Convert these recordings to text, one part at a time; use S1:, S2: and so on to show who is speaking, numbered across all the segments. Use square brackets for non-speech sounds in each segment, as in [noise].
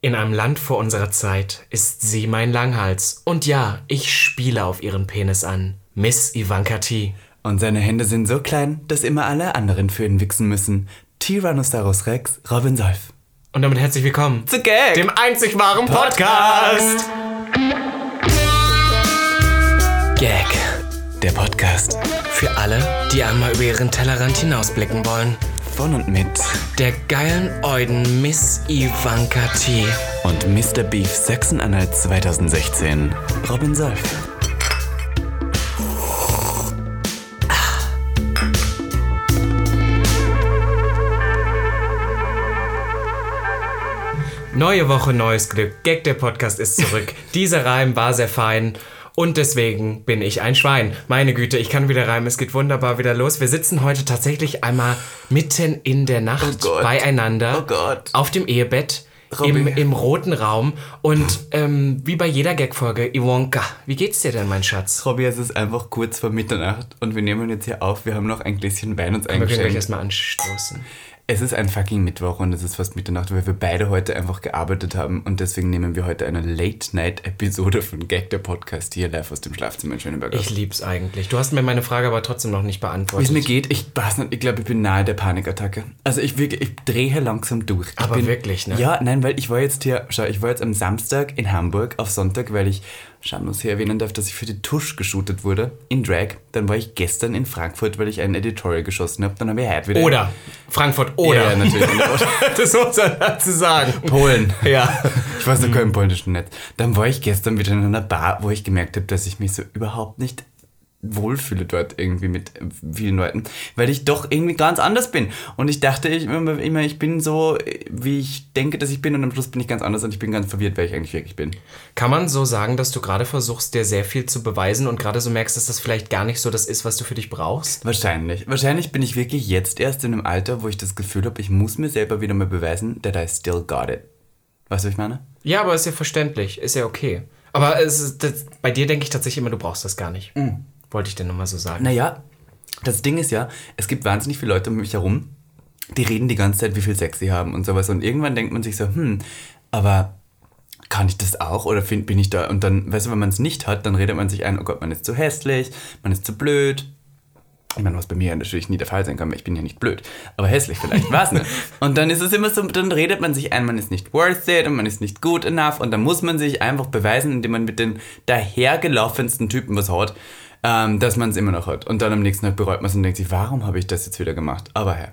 S1: In einem Land vor unserer Zeit ist sie mein Langhals. Und ja, ich spiele auf ihren Penis an. Miss Ivanka T.
S2: Und seine Hände sind so klein, dass immer alle anderen für ihn wichsen müssen. Tyrannosaurus Rex, Robin Solf.
S1: Und damit herzlich willkommen
S2: The Gag.
S1: dem einzig wahren Podcast. Gag.
S2: der Podcast
S1: Für alle, die einmal über ihren Tellerrand hinausblicken wollen.
S2: von und mit
S1: Der geilen Euden Miss Ivanka T.
S2: und Mr. Beef Sachsen-Anhalt 2016, Robin Solf.
S1: Neue Woche, neues Glück. Gag, der Podcast ist
S2: [laughs]
S1: zurück. Dieser Reim war sehr fein. Und deswegen bin ich ein Schwein. Meine Güte, ich kann wieder reimen. Es geht wunderbar wieder los. Wir sitzen heute tatsächlich einmal mitten in der Nacht
S2: Oh Gott.
S1: beieinander.
S2: Oh Gott.
S1: Auf dem Ehebett. Im,
S2: Robby.
S1: Im roten Raum. Und ähm, wie bei jeder Gag-Folge, Iwonka, wie geht's dir denn, mein Schatz?
S2: Robby, es ist einfach kurz vor Mitternacht und wir nehmen jetzt hier auf. Wir haben noch ein Gläschen Wein uns
S1: Wir können gleich
S2: eingeschenkt.
S1: erstmal anstoßen.
S2: Es ist ein fucking Mittwoch und es ist fast Mitternacht, weil wir beide heute einfach gearbeitet haben und deswegen nehmen wir heute eine Late-Night-Episode von Gag, der Podcast, hier live aus dem Schlafzimmer in Schöneberg. auf.
S1: Ich lieb's eigentlich. Du hast mir meine Frage aber trotzdem noch nicht
S2: Wie es
S1: beantwortet.
S2: mir geht, ich weiß nicht, ich glaube, ich bin nahe der Panikattacke. Also ich wirklich, ich drehe langsam durch. Ich
S1: Aber
S2: bin,
S1: wirklich, ne?
S2: Ja, nein, weil ich war jetzt hier, schau, ich war jetzt am Samstag in Hamburg auf Sonntag, weil ich schamlos hier erwähnen darf, dass ich für die Tusch geshootet wurde in Drag. Dann war ich gestern in Frankfurt, weil ich einen Editorial geschossen habe. Dann habe ich heute wieder...
S1: Oder Frankfurt oder.
S2: Ja,
S1: [laughs]
S2: ja, natürlich.
S1: das muss man dazu sagen.
S2: Polen.
S1: Ja.
S2: Ich weiß noch kein polnischen Netz. Dann war ich gestern wieder in einer Bar, wo ich gemerkt habe, dass ich mich so überhaupt nicht wohlfühle dort irgendwie mit äh, vielen Leuten, weil ich doch irgendwie ganz anders bin. Und ich dachte ich immer, immer, ich bin so, äh, wie ich denke, dass ich bin und am Schluss bin ich ganz anders und ich bin ganz verwirrt, wer ich eigentlich wirklich bin.
S1: Kann man so sagen, dass du gerade versuchst, dir sehr viel zu beweisen und gerade so merkst, dass das vielleicht gar nicht so das ist, was du für dich brauchst?
S2: Wahrscheinlich. Wahrscheinlich bin ich wirklich jetzt erst in einem Alter, wo ich das Gefühl habe, ich muss mir selber wieder mal beweisen, that I still got it. Weißt du, was ich meine?
S1: Ja, aber ist ja verständlich, ist ja okay. Aber es ist, das, bei dir denke ich tatsächlich immer, du brauchst das gar nicht. Wollte ich dir nochmal so sagen.
S2: Naja, das Ding ist ja, es gibt wahnsinnig viele Leute um mich herum, die reden die ganze Zeit, wie viel Sex sie haben und sowas. Und irgendwann denkt man sich so, hm, aber kann ich das auch oder find, bin ich da? Und dann, weißt du, wenn man es nicht hat, dann redet man sich ein, oh Gott, man ist zu hässlich, man ist zu blöd. Ich meine, was bei mir natürlich nie der Fall sein kann, weil ich bin ja nicht blöd, aber hässlich vielleicht, was ne? [laughs] Und dann ist es immer so, dann redet man sich ein, man ist nicht worth it und man ist nicht good enough und dann muss man sich einfach beweisen, indem man mit den dahergelaufensten Typen was haut, ähm, dass man es immer noch hat. Und dann am nächsten Tag bereut man es und denkt sich, warum habe ich das jetzt wieder gemacht? Aber hey,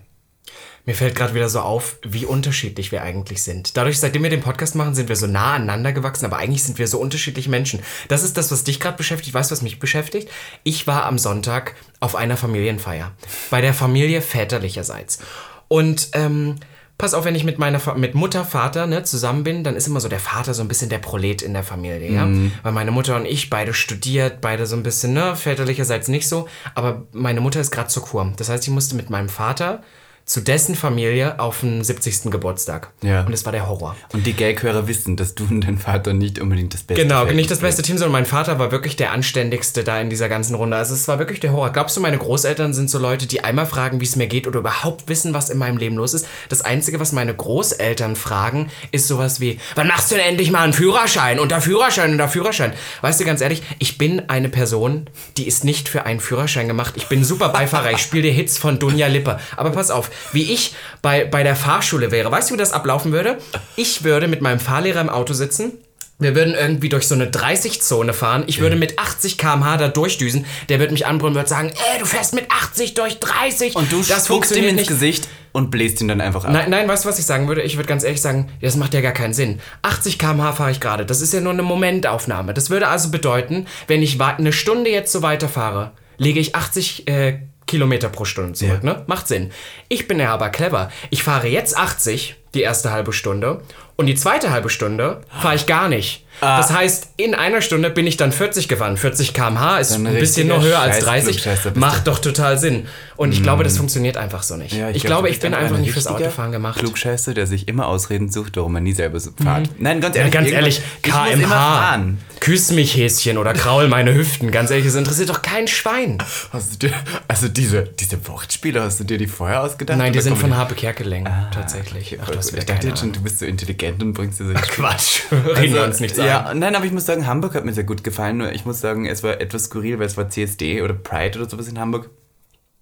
S1: Mir fällt gerade wieder so auf, wie unterschiedlich wir eigentlich sind. Dadurch, seitdem wir den Podcast machen, sind wir so nah aneinander gewachsen, aber eigentlich sind wir so unterschiedliche Menschen. Das ist das, was dich gerade beschäftigt. Weißt du, was mich beschäftigt? Ich war am Sonntag auf einer Familienfeier. Bei der Familie väterlicherseits. Und, ähm, pass auf, wenn ich mit meiner Fa mit Mutter, Vater ne, zusammen bin, dann ist immer so der Vater so ein bisschen der Prolet in der Familie, ja. Weil meine Mutter und ich beide studiert, beide so ein bisschen, ne, väterlicherseits nicht so, aber meine Mutter ist gerade zur Kur. Das heißt, ich musste mit meinem Vater zu dessen Familie auf den 70. Geburtstag.
S2: Ja.
S1: Und es war der Horror.
S2: Und die Gag-Hörer wissen, dass du und dein Vater nicht unbedingt das Beste
S1: Genau,
S2: Verhältnis
S1: nicht das beste Team, sondern mein Vater war wirklich der anständigste da in dieser ganzen Runde. Also es war wirklich der Horror. Glaubst du, meine Großeltern sind so Leute, die einmal fragen, wie es mir geht oder überhaupt wissen, was in meinem Leben los ist? Das Einzige, was meine Großeltern fragen, ist sowas wie, wann machst du denn endlich mal einen Führerschein? Unter Führerschein, unter Führerschein. Weißt du, ganz ehrlich, ich bin eine Person, die ist nicht für einen Führerschein gemacht. Ich bin super Beifahrer, ich spiele dir Hits von Dunja Lippe. Aber pass auf, wie ich bei, bei der Fahrschule wäre, weißt du, wie das ablaufen würde? Ich würde mit meinem Fahrlehrer im Auto sitzen, wir würden irgendwie durch so eine 30-Zone fahren. Ich
S2: Mhm.
S1: würde mit 80 km/h da durchdüsen. Der würde mich anbrüllen und würde sagen, ey, du fährst mit 80 durch 30.
S2: Und du
S1: das
S2: spuckst ihm
S1: funktioniert
S2: ins
S1: nicht.
S2: Gesicht und bläst ihn dann einfach ab.
S1: Nein, nein, weißt du, was ich sagen würde? Ich würde ganz ehrlich sagen, das macht ja gar keinen Sinn. 80 km/h fahre ich gerade. Das ist ja nur eine Momentaufnahme. Das würde also bedeuten, wenn ich wa- eine Stunde jetzt so weiterfahre, lege ich 80 äh, Kilometer pro Stunde zurück. Ne? Macht Sinn. Ich bin ja aber clever. Ich fahre jetzt 80 die erste halbe Stunde und die zweite halbe Stunde fahre ich gar nicht. Das heißt, in einer Stunde bin ich dann 40 gefahren. 40 km/h ist
S2: Ein
S1: ein bisschen
S2: richtiger
S1: noch höher als
S2: Scheiß-
S1: 30.
S2: Klugscheißer bist du.
S1: Macht doch total Sinn. Und ich glaube, das funktioniert einfach so nicht.
S2: Ja,
S1: ich, glaube,
S2: glaub, du
S1: ich
S2: bist
S1: bin einfach
S2: ein
S1: nicht fürs
S2: richtiger
S1: Autofahren gemacht. Mhm.
S2: Klugscheißer, der sich immer Ausreden sucht, warum er nie selber so fährt. Nein, ganz
S1: Ja,
S2: ehrlich.
S1: Äh, ganz
S2: irgendwann-
S1: ehrlich,
S2: ich muss immer
S1: KMH.
S2: fahren.
S1: Küss mich, Häschen, oder kraul meine Hüften. Ganz ehrlich, es interessiert doch kein Schwein.
S2: Hast du dir, also diese, diese Wortspiele, hast du dir die vorher ausgedacht?
S1: Nein, die
S2: Oder
S1: sind
S2: kommen
S1: von Harpe Kerkeling, tatsächlich. Ach, du hast
S2: die- Ich
S1: wieder
S2: dachte
S1: keine
S2: jetzt schon, du bist so intelligent, Geld und bringst dir solche [laughs]
S1: Quatsch, reden wir uns nichts an.
S2: Also, Ja, nein, aber ich muss sagen, Hamburg hat mir sehr gut gefallen. Nur ich muss sagen, es war etwas skurril, weil es war CSD oder Pride oder sowas in Hamburg.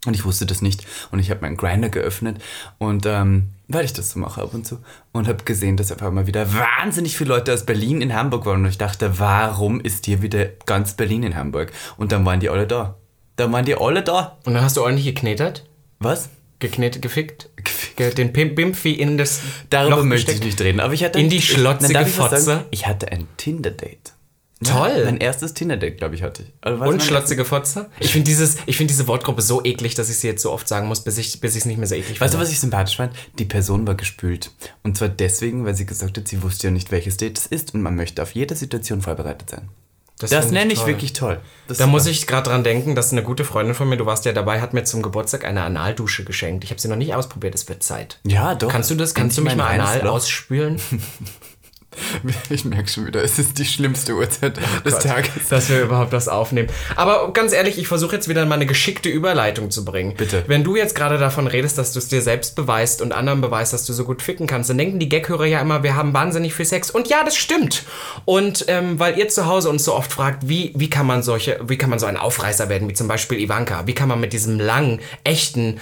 S2: Und ich wusste das nicht. Und ich habe meinen Grinder geöffnet und ähm, weil ich das so mache ab und zu. Und habe gesehen, dass auf einmal wieder wahnsinnig viele Leute aus Berlin in Hamburg waren. Und ich dachte, warum ist hier wieder ganz Berlin in Hamburg? Und dann waren die alle da. Dann waren die alle da.
S1: Und dann hast du ordentlich geknetert,
S2: Was?
S1: geknetet, gefickt, ge- den Pim Pimpfi in das
S2: Darüber
S1: Loch
S2: möchte ich
S1: gesteckt.
S2: nicht reden. Aber ich hatte
S1: In die
S2: ich,
S1: schlotzige
S2: Nein, darf ich was
S1: Fotze.
S2: sagen? Ich hatte ein Tinder-Date.
S1: Toll.
S2: Mein erstes Tinder-Date, glaube ich, hatte ich. Oder war es mein-
S1: Und schlotzige Fotze? Ich finde dieses, ich finde diese Wortgruppe so eklig, dass ich sie jetzt so oft sagen muss, bis ich, bis ich es nicht mehr so eklig
S2: Weißt du,
S1: finde.
S2: was ich sympathisch fand? Die Person war gespült. Und zwar deswegen, weil sie gesagt hat, sie wusste ja nicht, welches Date es ist und man möchte auf jede Situation vorbereitet sein. Das
S1: finde
S2: nenne ich
S1: toll.
S2: wirklich toll. Das
S1: Da
S2: ist
S1: muss
S2: toll.
S1: ich gerade dran denken, dass eine gute Freundin von mir, du warst ja dabei, hat mir zum Geburtstag eine Analdusche geschenkt. Ich habe sie noch nicht ausprobiert, es wird Zeit.
S2: Ja, doch.
S1: Kannst du das, kannst du
S2: Endlich
S1: mich mal
S2: ein reines
S1: anal
S2: Loch.
S1: ausspülen?
S2: [laughs] Ich merke schon wieder, es ist die schlimmste Uhrzeit
S1: Oh
S2: des Tages.
S1: dass wir überhaupt das aufnehmen. Aber ganz ehrlich, ich versuche jetzt wieder mal eine geschickte Überleitung zu bringen.
S2: Bitte.
S1: Wenn du jetzt gerade davon redest, dass du es dir selbst beweist und anderen beweist, dass du so gut ficken kannst, dann denken die Gaghörer ja immer, wir haben wahnsinnig viel Sex. Und ja, das stimmt. Und ähm, weil ihr zu Hause uns so oft fragt, wie, wie kann man solche, wie kann man so ein Aufreißer werden, wie zum Beispiel Ivanka, wie kann man mit diesem langen, echten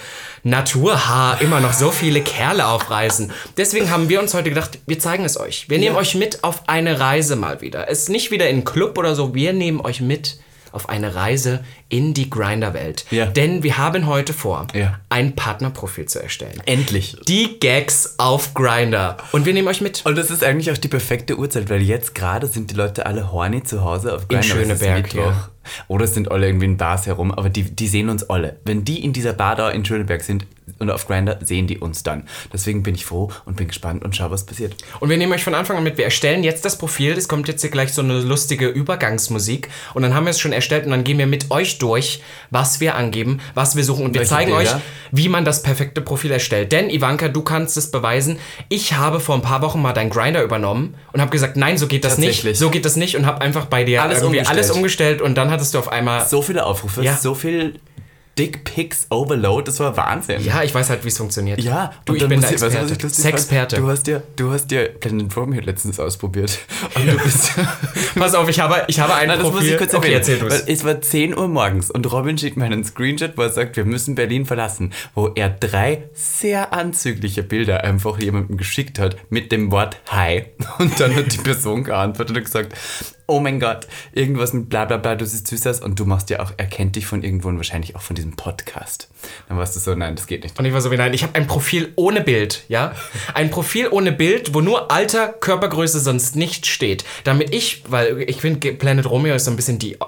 S1: Naturhaar immer noch so viele Kerle aufreißen? Deswegen haben wir uns heute gedacht, wir zeigen es euch. Wir nehmen euch mit auf eine Reise mal wieder. Es ist nicht wieder in einen Club oder so, wir nehmen euch mit auf eine Reise in die Grinder-Welt.
S2: Ja.
S1: Denn wir haben heute vor,
S2: Ja.
S1: ein Partnerprofil zu erstellen.
S2: Endlich.
S1: Die Gags auf Grinder. Und wir nehmen euch mit.
S2: Und das ist eigentlich auch die perfekte Uhrzeit, weil jetzt gerade sind die Leute alle horny zu Hause auf Grindr, aber es ist
S1: Schöneberg,
S2: Mittwoch.
S1: ja.
S2: Oder es sind alle irgendwie in Bars herum, aber die, die sehen uns alle. Wenn die in dieser Bar da in Schöneberg sind und auf Grinder, sehen die uns dann. Deswegen bin ich froh und bin gespannt und schau, was passiert.
S1: Und wir nehmen euch von Anfang an mit. Wir erstellen jetzt das Profil. Es kommt jetzt hier gleich so eine lustige Übergangsmusik. Und dann haben wir es schon erstellt und dann gehen wir mit euch durch, was wir angeben, was wir suchen. Und wir
S2: Welche
S1: zeigen euch,
S2: Bilder?
S1: wie man das perfekte Profil erstellt. Denn, Ivanka, du kannst es beweisen. Ich habe vor ein paar Wochen mal deinen Grinder übernommen und habe gesagt, nein, so geht das nicht.
S2: Tatsächlich.
S1: So geht das nicht. Und habe einfach bei dir
S2: Alles
S1: irgendwie alles
S2: umgestellt.
S1: umgestellt. Und dann hattest du auf einmal.
S2: So viele Aufrufe,
S1: Ja.
S2: so viel Dickpics Overload, das war Wahnsinn.
S1: Ja, ich weiß halt, wie es funktioniert.
S2: Ja,
S1: du,
S2: und
S1: ich
S2: dann
S1: bin
S2: muss
S1: der
S2: ich- weißt du, was
S1: Experte.
S2: ich lustig fand?
S1: Sexperte.
S2: Du hast dir, du hast dir Planet Romeo letztens ausprobiert. Und du
S1: [laughs]
S2: bist,
S1: Pass auf, ich habe, ich habe ein
S2: Nein, das
S1: Profil.
S2: muss ich kurz
S1: okay,
S2: erwähnen.
S1: erzähl du's.
S2: weil es war 10 Uhr morgens und Robin schickt mir einen Screenshot, wo er sagt, wir müssen Berlin verlassen, wo er drei sehr anzügliche Bilder einfach jemandem geschickt hat mit dem Wort Hi. [laughs] Und dann hat die Person geantwortet und gesagt, oh mein Gott, irgendwas mit bla bla bla, du siehst süß aus und du machst ja auch, er kennt dich von irgendwo und wahrscheinlich auch von diesem Podcast. Dann warst du so, nein, das geht nicht.
S1: Und ich war so wie, nein, ich habe ein Profil ohne Bild, ja? Ein Profil ohne Bild, wo nur Alter, Körpergröße sonst nicht steht. Damit ich, weil ich finde, Planet Romeo ist so ein bisschen die O-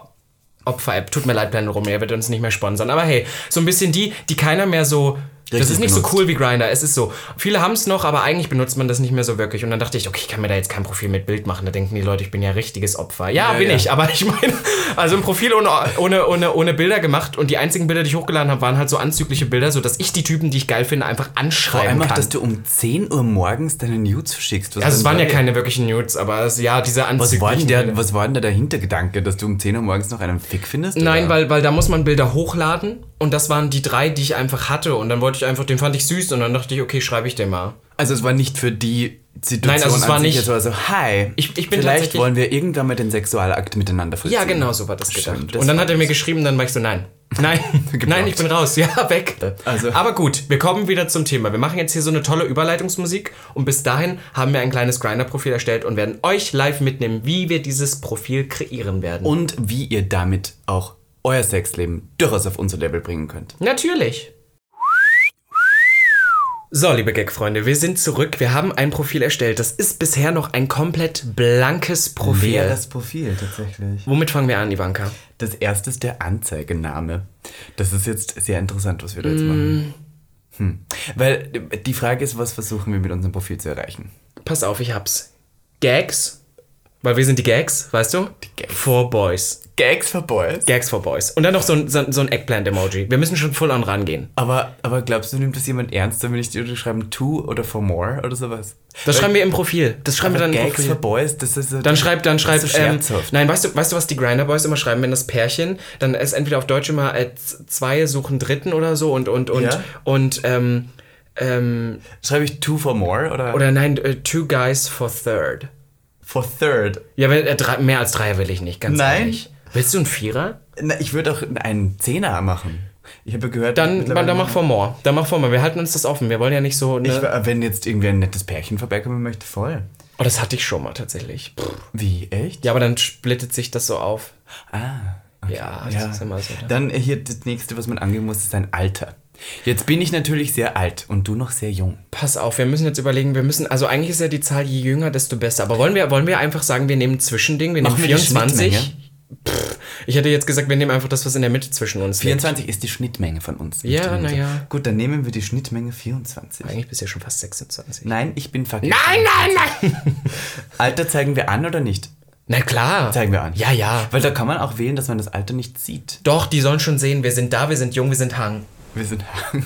S1: Opfer-App. Tut mir leid, Planet Romeo, er wird uns nicht mehr sponsern. Aber hey, so ein bisschen die, die keiner mehr so... das
S2: Richtig
S1: ist nicht
S2: benutzt.
S1: so cool wie Grinder. Es ist so. Viele haben es noch, aber eigentlich benutzt man das nicht mehr so wirklich. Und dann dachte ich, okay, ich kann mir da jetzt kein Profil mit Bild machen. Da denken die Leute, ich bin ja richtiges Opfer. Ja,
S2: Ja,
S1: bin
S2: ja.
S1: ich. Aber ich meine, also ein Profil ohne, ohne, ohne, ohne Bilder gemacht und die einzigen Bilder, die ich hochgeladen habe, waren halt so anzügliche Bilder, sodass ich die Typen, die ich geil finde, einfach
S2: Vor
S1: anschreiben
S2: allem auch, dass
S1: kann.
S2: du um 10 Uhr morgens deine Nudes verschickst.
S1: Also es waren ja keine wirklichen Nudes, aber es, ja, diese
S2: Was war, denn
S1: anzüglichen
S2: der,
S1: Bilder.
S2: was war denn da der Hintergedanke, dass du um 10 Uhr morgens noch einen Fick findest?
S1: Nein,
S2: oder?
S1: weil, weil da muss man Bilder hochladen und das waren die drei, die ich einfach hatte und dann wollte ich einfach, den fand ich süß und dann dachte ich, okay, schreibe ich den mal.
S2: Also es war nicht für die Situation
S1: Nein, also es
S2: an
S1: war
S2: sich,
S1: nicht-
S2: Es war so, hi,
S1: Ich- ich bin
S2: vielleicht
S1: tatsächlich-
S2: wollen wir irgendwann mal den Sexualakt miteinander vollziehen.
S1: Ja, genau, so war das gedacht.
S2: Stimmt, das
S1: und dann
S2: war
S1: hat er mir geschrieben, dann war ich so,
S2: [laughs]
S1: nein. Nein, nein, ich bin raus. Ja, weg.
S2: Also-
S1: Aber gut, wir kommen wieder zum Thema. Wir machen jetzt hier so eine tolle Überleitungsmusik und bis dahin haben wir ein kleines Grinder-Profil erstellt und werden euch live mitnehmen, wie wir dieses Profil kreieren werden.
S2: Und wie ihr damit auch euer Sexleben durchaus auf unser Level bringen könnt.
S1: Natürlich. So, liebe Gag-Freunde, wir sind zurück. Wir haben ein Profil erstellt. Das ist bisher noch ein komplett blankes Profil.
S2: Profil tatsächlich.
S1: Womit fangen wir an, Ivanka?
S2: Das erste ist der Anzeigename. Das ist jetzt sehr interessant, was wir da jetzt
S1: Mm.
S2: machen. Hm. Weil äh, die Frage ist, was versuchen wir mit unserem Profil zu erreichen?
S1: Pass auf, ich hab's. Gags. Weil wir sind die Gags, weißt du? Die
S2: Gags.
S1: For Boys.
S2: Gags for Boys.
S1: Gags for Boys. Und dann noch so ein, so ein- so ein Eggplant-Emoji. Wir müssen schon full on rangehen.
S2: Aber, aber glaubst du, nimmt das jemand ernster, wenn ich dir schreiben to oder for more oder sowas?
S1: Das schreiben wir im Profil. Das schreiben wir dann im
S2: Äh, Gags
S1: Profil.
S2: for Boys, das ist so
S1: Dann schreibt, dann schreibt,
S2: Das ist so
S1: ähm,
S2: scherzhaft.
S1: nein, weißt du, weißt du, was die Grinder Boys immer schreiben, wenn das Pärchen, dann ist entweder auf Deutsch immer äh, z- zwei suchen Dritten oder so und und und
S2: Ja.
S1: und ähm, Ähm,
S2: Schreibe ich two for more oder,
S1: oder nein, äh, Two Guys for Third.
S2: for third?
S1: Ja, wenn, äh, drei, mehr als Dreier will ich nicht, ganz
S2: Nein.
S1: ehrlich. Willst du einen Vierer?
S2: Na, ich würde auch einen Zehner machen. Ich habe gehört,
S1: Dann,
S2: mittlerweile-
S1: dann mach for more. Dann mach for more. Wir halten uns das offen. Wir wollen ja nicht so.
S2: ich, äh,
S1: Ne?
S2: wenn jetzt irgendwie ein nettes Pärchen vorbeikommen möchte, voll.
S1: Oh, das hatte ich schon mal tatsächlich. Pff.
S2: Wie, echt?
S1: Ja, aber dann splittet sich das so auf.
S2: Ah.
S1: Ja, das
S2: Ja.
S1: ist immer so.
S2: Dann hier das nächste, was man angehen muss, ist ein Alter. Jetzt bin ich natürlich sehr alt und du noch sehr jung.
S1: Pass auf, wir müssen jetzt überlegen, wir müssen, also eigentlich ist ja die Zahl, je jünger, desto besser. Aber wollen wir, wollen wir einfach sagen, wir nehmen ein Zwischending, wir nehmen
S2: Machen wir die
S1: 24?
S2: Schnittmenge?
S1: Pff, ich hätte jetzt gesagt, wir nehmen einfach das, was in der Mitte zwischen uns liegt.
S2: 24 ist die Schnittmenge von uns.
S1: Ja,
S2: Nicht die Mitte.
S1: na ja.
S2: Gut, dann nehmen wir die Schnittmenge 24.
S1: Eigentlich bist du ja schon fast 26.
S2: Nein, ich bin verkehrt.
S1: Nein, nein, nein!
S2: [laughs] Alter zeigen wir an oder nicht?
S1: Na klar.
S2: Zeigen wir an.
S1: Ja, ja.
S2: Weil da kann man auch wählen, dass man das Alter nicht sieht.
S1: Doch, die sollen schon sehen, wir sind da, wir sind jung, wir sind hang.
S2: Wir sind. [laughs]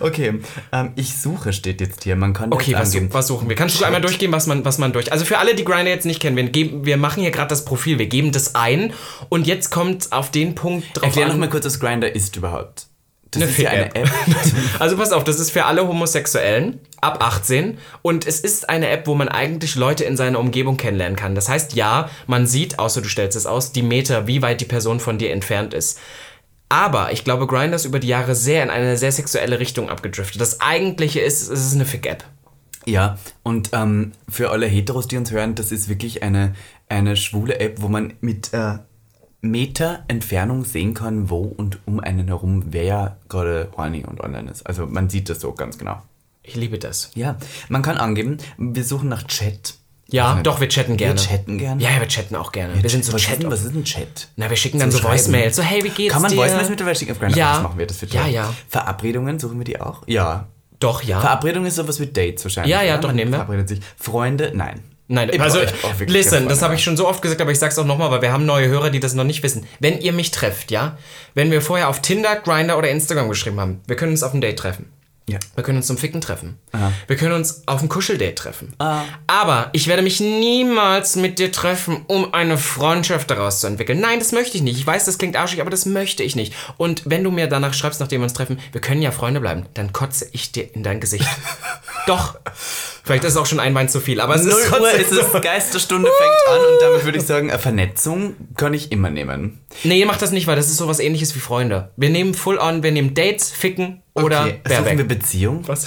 S2: okay, ähm, ich suche steht jetzt hier. Man kann
S1: Okay,
S2: das
S1: was,
S2: angeben.
S1: was suchen wir? Kannst du einmal durchgehen, was man, was man durch. Also für alle, die Grinder jetzt nicht kennen, wir, geben, wir machen hier gerade das Profil, wir geben das ein und jetzt kommt auf den Punkt drauf
S2: Erklär
S1: an.
S2: nochmal kurz, was Grinder ist überhaupt. Das
S1: Eine
S2: ist ja eine App. [laughs]
S1: [laughs] Also pass auf, das ist für alle Homosexuellen ab 18 und es ist eine App, wo man eigentlich Leute in seiner Umgebung kennenlernen kann. Das heißt, ja, man sieht, außer du stellst es aus, die Meter, wie weit die Person von dir entfernt ist. Aber ich glaube, Grindr ist über die Jahre sehr in eine sehr sexuelle Richtung abgedriftet. Das eigentliche ist, es ist eine Fick-App.
S2: ja, und ähm, für alle Heteros, die uns hören, das ist wirklich eine, eine schwule App, wo man mit äh, Meter Entfernung sehen kann, wo und um einen herum, wer gerade horny und online ist. Also man sieht das so ganz genau.
S1: Ich liebe das.
S2: Ja, man kann angeben, wir suchen nach Chat.
S1: Ja, Ah, doch, wir chatten gerne.
S2: Wir chatten gerne.
S1: Ja, ja, wir chatten auch gerne. wir sind so
S2: was, ist,
S1: chatten.
S2: denn- was ist ein Chat?
S1: Na, wir schicken dann so
S2: schreiben.
S1: Voicemails. So, hey, wie geht's
S2: Kann man
S1: dir?
S2: Voicemails mit der schicken auf Grinder?
S1: Ja.
S2: Das machen wir, das wird
S1: Ja,
S2: toll.
S1: ja.
S2: Verabredungen, suchen wir die auch? Ja.
S1: Doch, ja.
S2: Verabredung ist sowas wie Dates wahrscheinlich.
S1: Ja, ja,
S2: oder?
S1: doch,
S2: Man
S1: nehmen wir.
S2: Verabredet sich. Freunde, nein.
S1: Nein,
S2: Ich
S1: also
S2: brauch- ich brauch Oh, wirklich keine
S1: listen, das
S2: Freunde.
S1: habe ich schon so oft gesagt, aber ich sag's auch nochmal, weil wir haben neue Hörer, die das noch nicht wissen. Wenn ihr mich trefft, ja, wenn wir vorher auf Tinder, Grinder oder Instagram geschrieben haben, wir können uns auf ein Date treffen.
S2: Ja.
S1: Wir können uns zum Ficken treffen.
S2: Aha.
S1: Wir können uns auf ein Kuscheldate treffen.
S2: Ah.
S1: Aber ich werde mich niemals mit dir treffen, um eine Freundschaft daraus zu entwickeln. Nein, das möchte ich nicht. Ich weiß, das klingt arschig, aber das möchte ich nicht. Und wenn du mir danach schreibst, nachdem wir uns treffen, wir können ja Freunde bleiben, dann kotze ich dir in dein
S2: [laughs]
S1: Gesicht. Doch. Vielleicht ist es auch schon ein Wein zu viel, aber es
S2: 0
S1: ist
S2: Uhr
S1: trotzdem
S2: ist
S1: so.
S2: es, Geisterstunde fängt an und damit würde ich sagen, äh, Vernetzung kann ich immer nehmen.
S1: Nee, ihr macht das nicht, weil das ist sowas ähnliches wie Freunde. Wir nehmen full on, wir nehmen Dates, Ficken oder
S2: okay. Suchen wir
S1: Baerbeck.
S2: Beziehung?
S1: Was?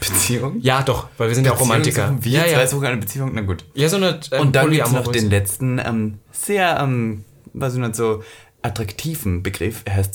S2: Beziehung?
S1: Ja, doch, weil wir sind ja auch Romantiker.
S2: Beziehung suchen Wir
S1: Ja,
S2: zwei
S1: ja.
S2: suchen eine Beziehung, na gut.
S1: ja, so eine ähm,
S2: Und dann gibt es noch
S1: polyamorös.
S2: den letzten, ähm, sehr, ähm, weiß ich nicht, so attraktiven Begriff. Er heißt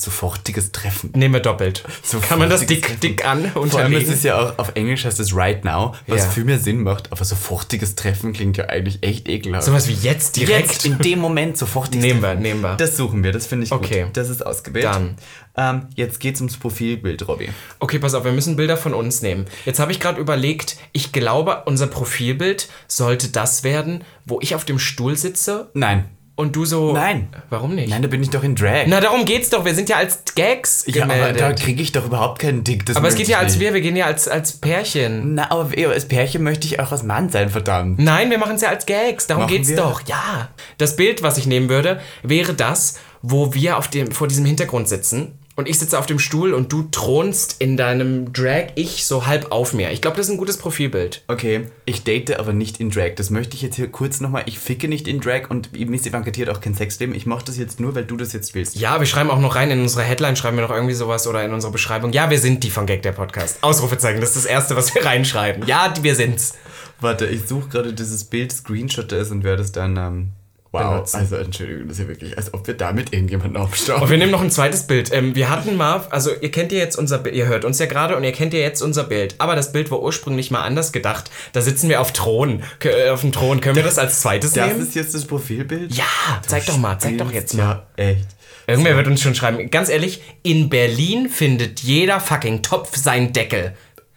S1: [laughs]
S2: sofortiges Treffen.
S1: Nehmen wir doppelt.
S2: So
S1: Kann man das
S2: flüssiges
S1: dick,
S2: Treffen.
S1: dick an
S2: Vor allem, es
S1: unterlegen?
S2: ist ja auch, auf Englisch heißt es right now, was
S1: Ja.
S2: viel mehr Sinn macht, aber sofortiges Treffen klingt ja eigentlich echt ekelhaft.
S1: Sowas wie jetzt direkt.
S2: Jetzt, in dem Moment, sofortiges
S1: Nehmen wir,
S2: Treffen.
S1: nehmen wir.
S2: Das suchen wir, das finde ich
S1: Okay.
S2: gut. Das ist ausgewählt.
S1: Dann.
S2: Ähm, jetzt geht's ums Profilbild, Robby.
S1: Okay, pass auf, wir müssen Bilder von uns nehmen. Jetzt habe ich gerade überlegt, ich glaube, unser Profilbild sollte das werden, wo ich auf dem Stuhl sitze
S2: Nein.
S1: und du so.
S2: Nein.
S1: Warum nicht?
S2: Nein, da bin ich doch in Drag.
S1: Na, darum geht's doch. Wir sind ja als Gags
S2: ja, aber
S1: gemeldet.
S2: da kriege ich doch überhaupt keinen Dick. Das
S1: aber es geht
S2: möchte
S1: ja
S2: ich
S1: als
S2: nicht.
S1: wir, wir gehen ja als, als Pärchen.
S2: Na, aber als Pärchen möchte ich auch als Mann sein, verdammt.
S1: Nein, wir machen es ja als Gags. Darum
S2: Machen
S1: geht's
S2: wir?
S1: doch. Ja. Das Bild, was ich nehmen würde, wäre das, wo wir auf dem, vor diesem Hintergrund sitzen. Und ich sitze auf dem Stuhl und du thronst in deinem Drag ich so halb auf mir. Ich glaube, das ist ein gutes Profilbild.
S2: Okay, ich date aber nicht in Drag. Das möchte ich jetzt hier kurz nochmal. Ich ficke nicht in Drag und Miss Evankatiert auch kein Sexleben. Ich mache das jetzt nur, weil du das jetzt willst.
S1: Ja, wir schreiben auch noch rein in unsere Headline, schreiben wir noch irgendwie sowas oder in unsere Beschreibung. Ja, wir sind die von Gag der Podcast. Ausrufezeichen, das ist das Erste, was wir reinschreiben. Ja, die- wir sind's.
S2: Warte, ich suche gerade dieses Bild, screenshotte es und werde es dann. Ähm, wow,
S1: Benutzen.
S2: also Entschuldigung, das ist ja wirklich, als ob wir damit irgendjemanden
S1: Und
S2: aufstauen.
S1: Oh, wir nehmen noch ein zweites Bild. Ähm, wir hatten mal, also ihr kennt ja jetzt unser Bild, ihr hört uns ja gerade und ihr kennt ja jetzt unser Bild. Aber das Bild war ursprünglich mal anders gedacht. Da sitzen wir auf Thron, K- äh, auf dem Thron. Können wir das als zweites
S2: Das
S1: nehmen?
S2: ist jetzt das Profilbild?
S1: Ja, zeig doch mal, zeig doch jetzt mal.
S2: Ja, echt.
S1: Irgendwer wird uns schon schreiben. Ganz ehrlich, in Berlin findet jeder fucking Topf seinen Deckel.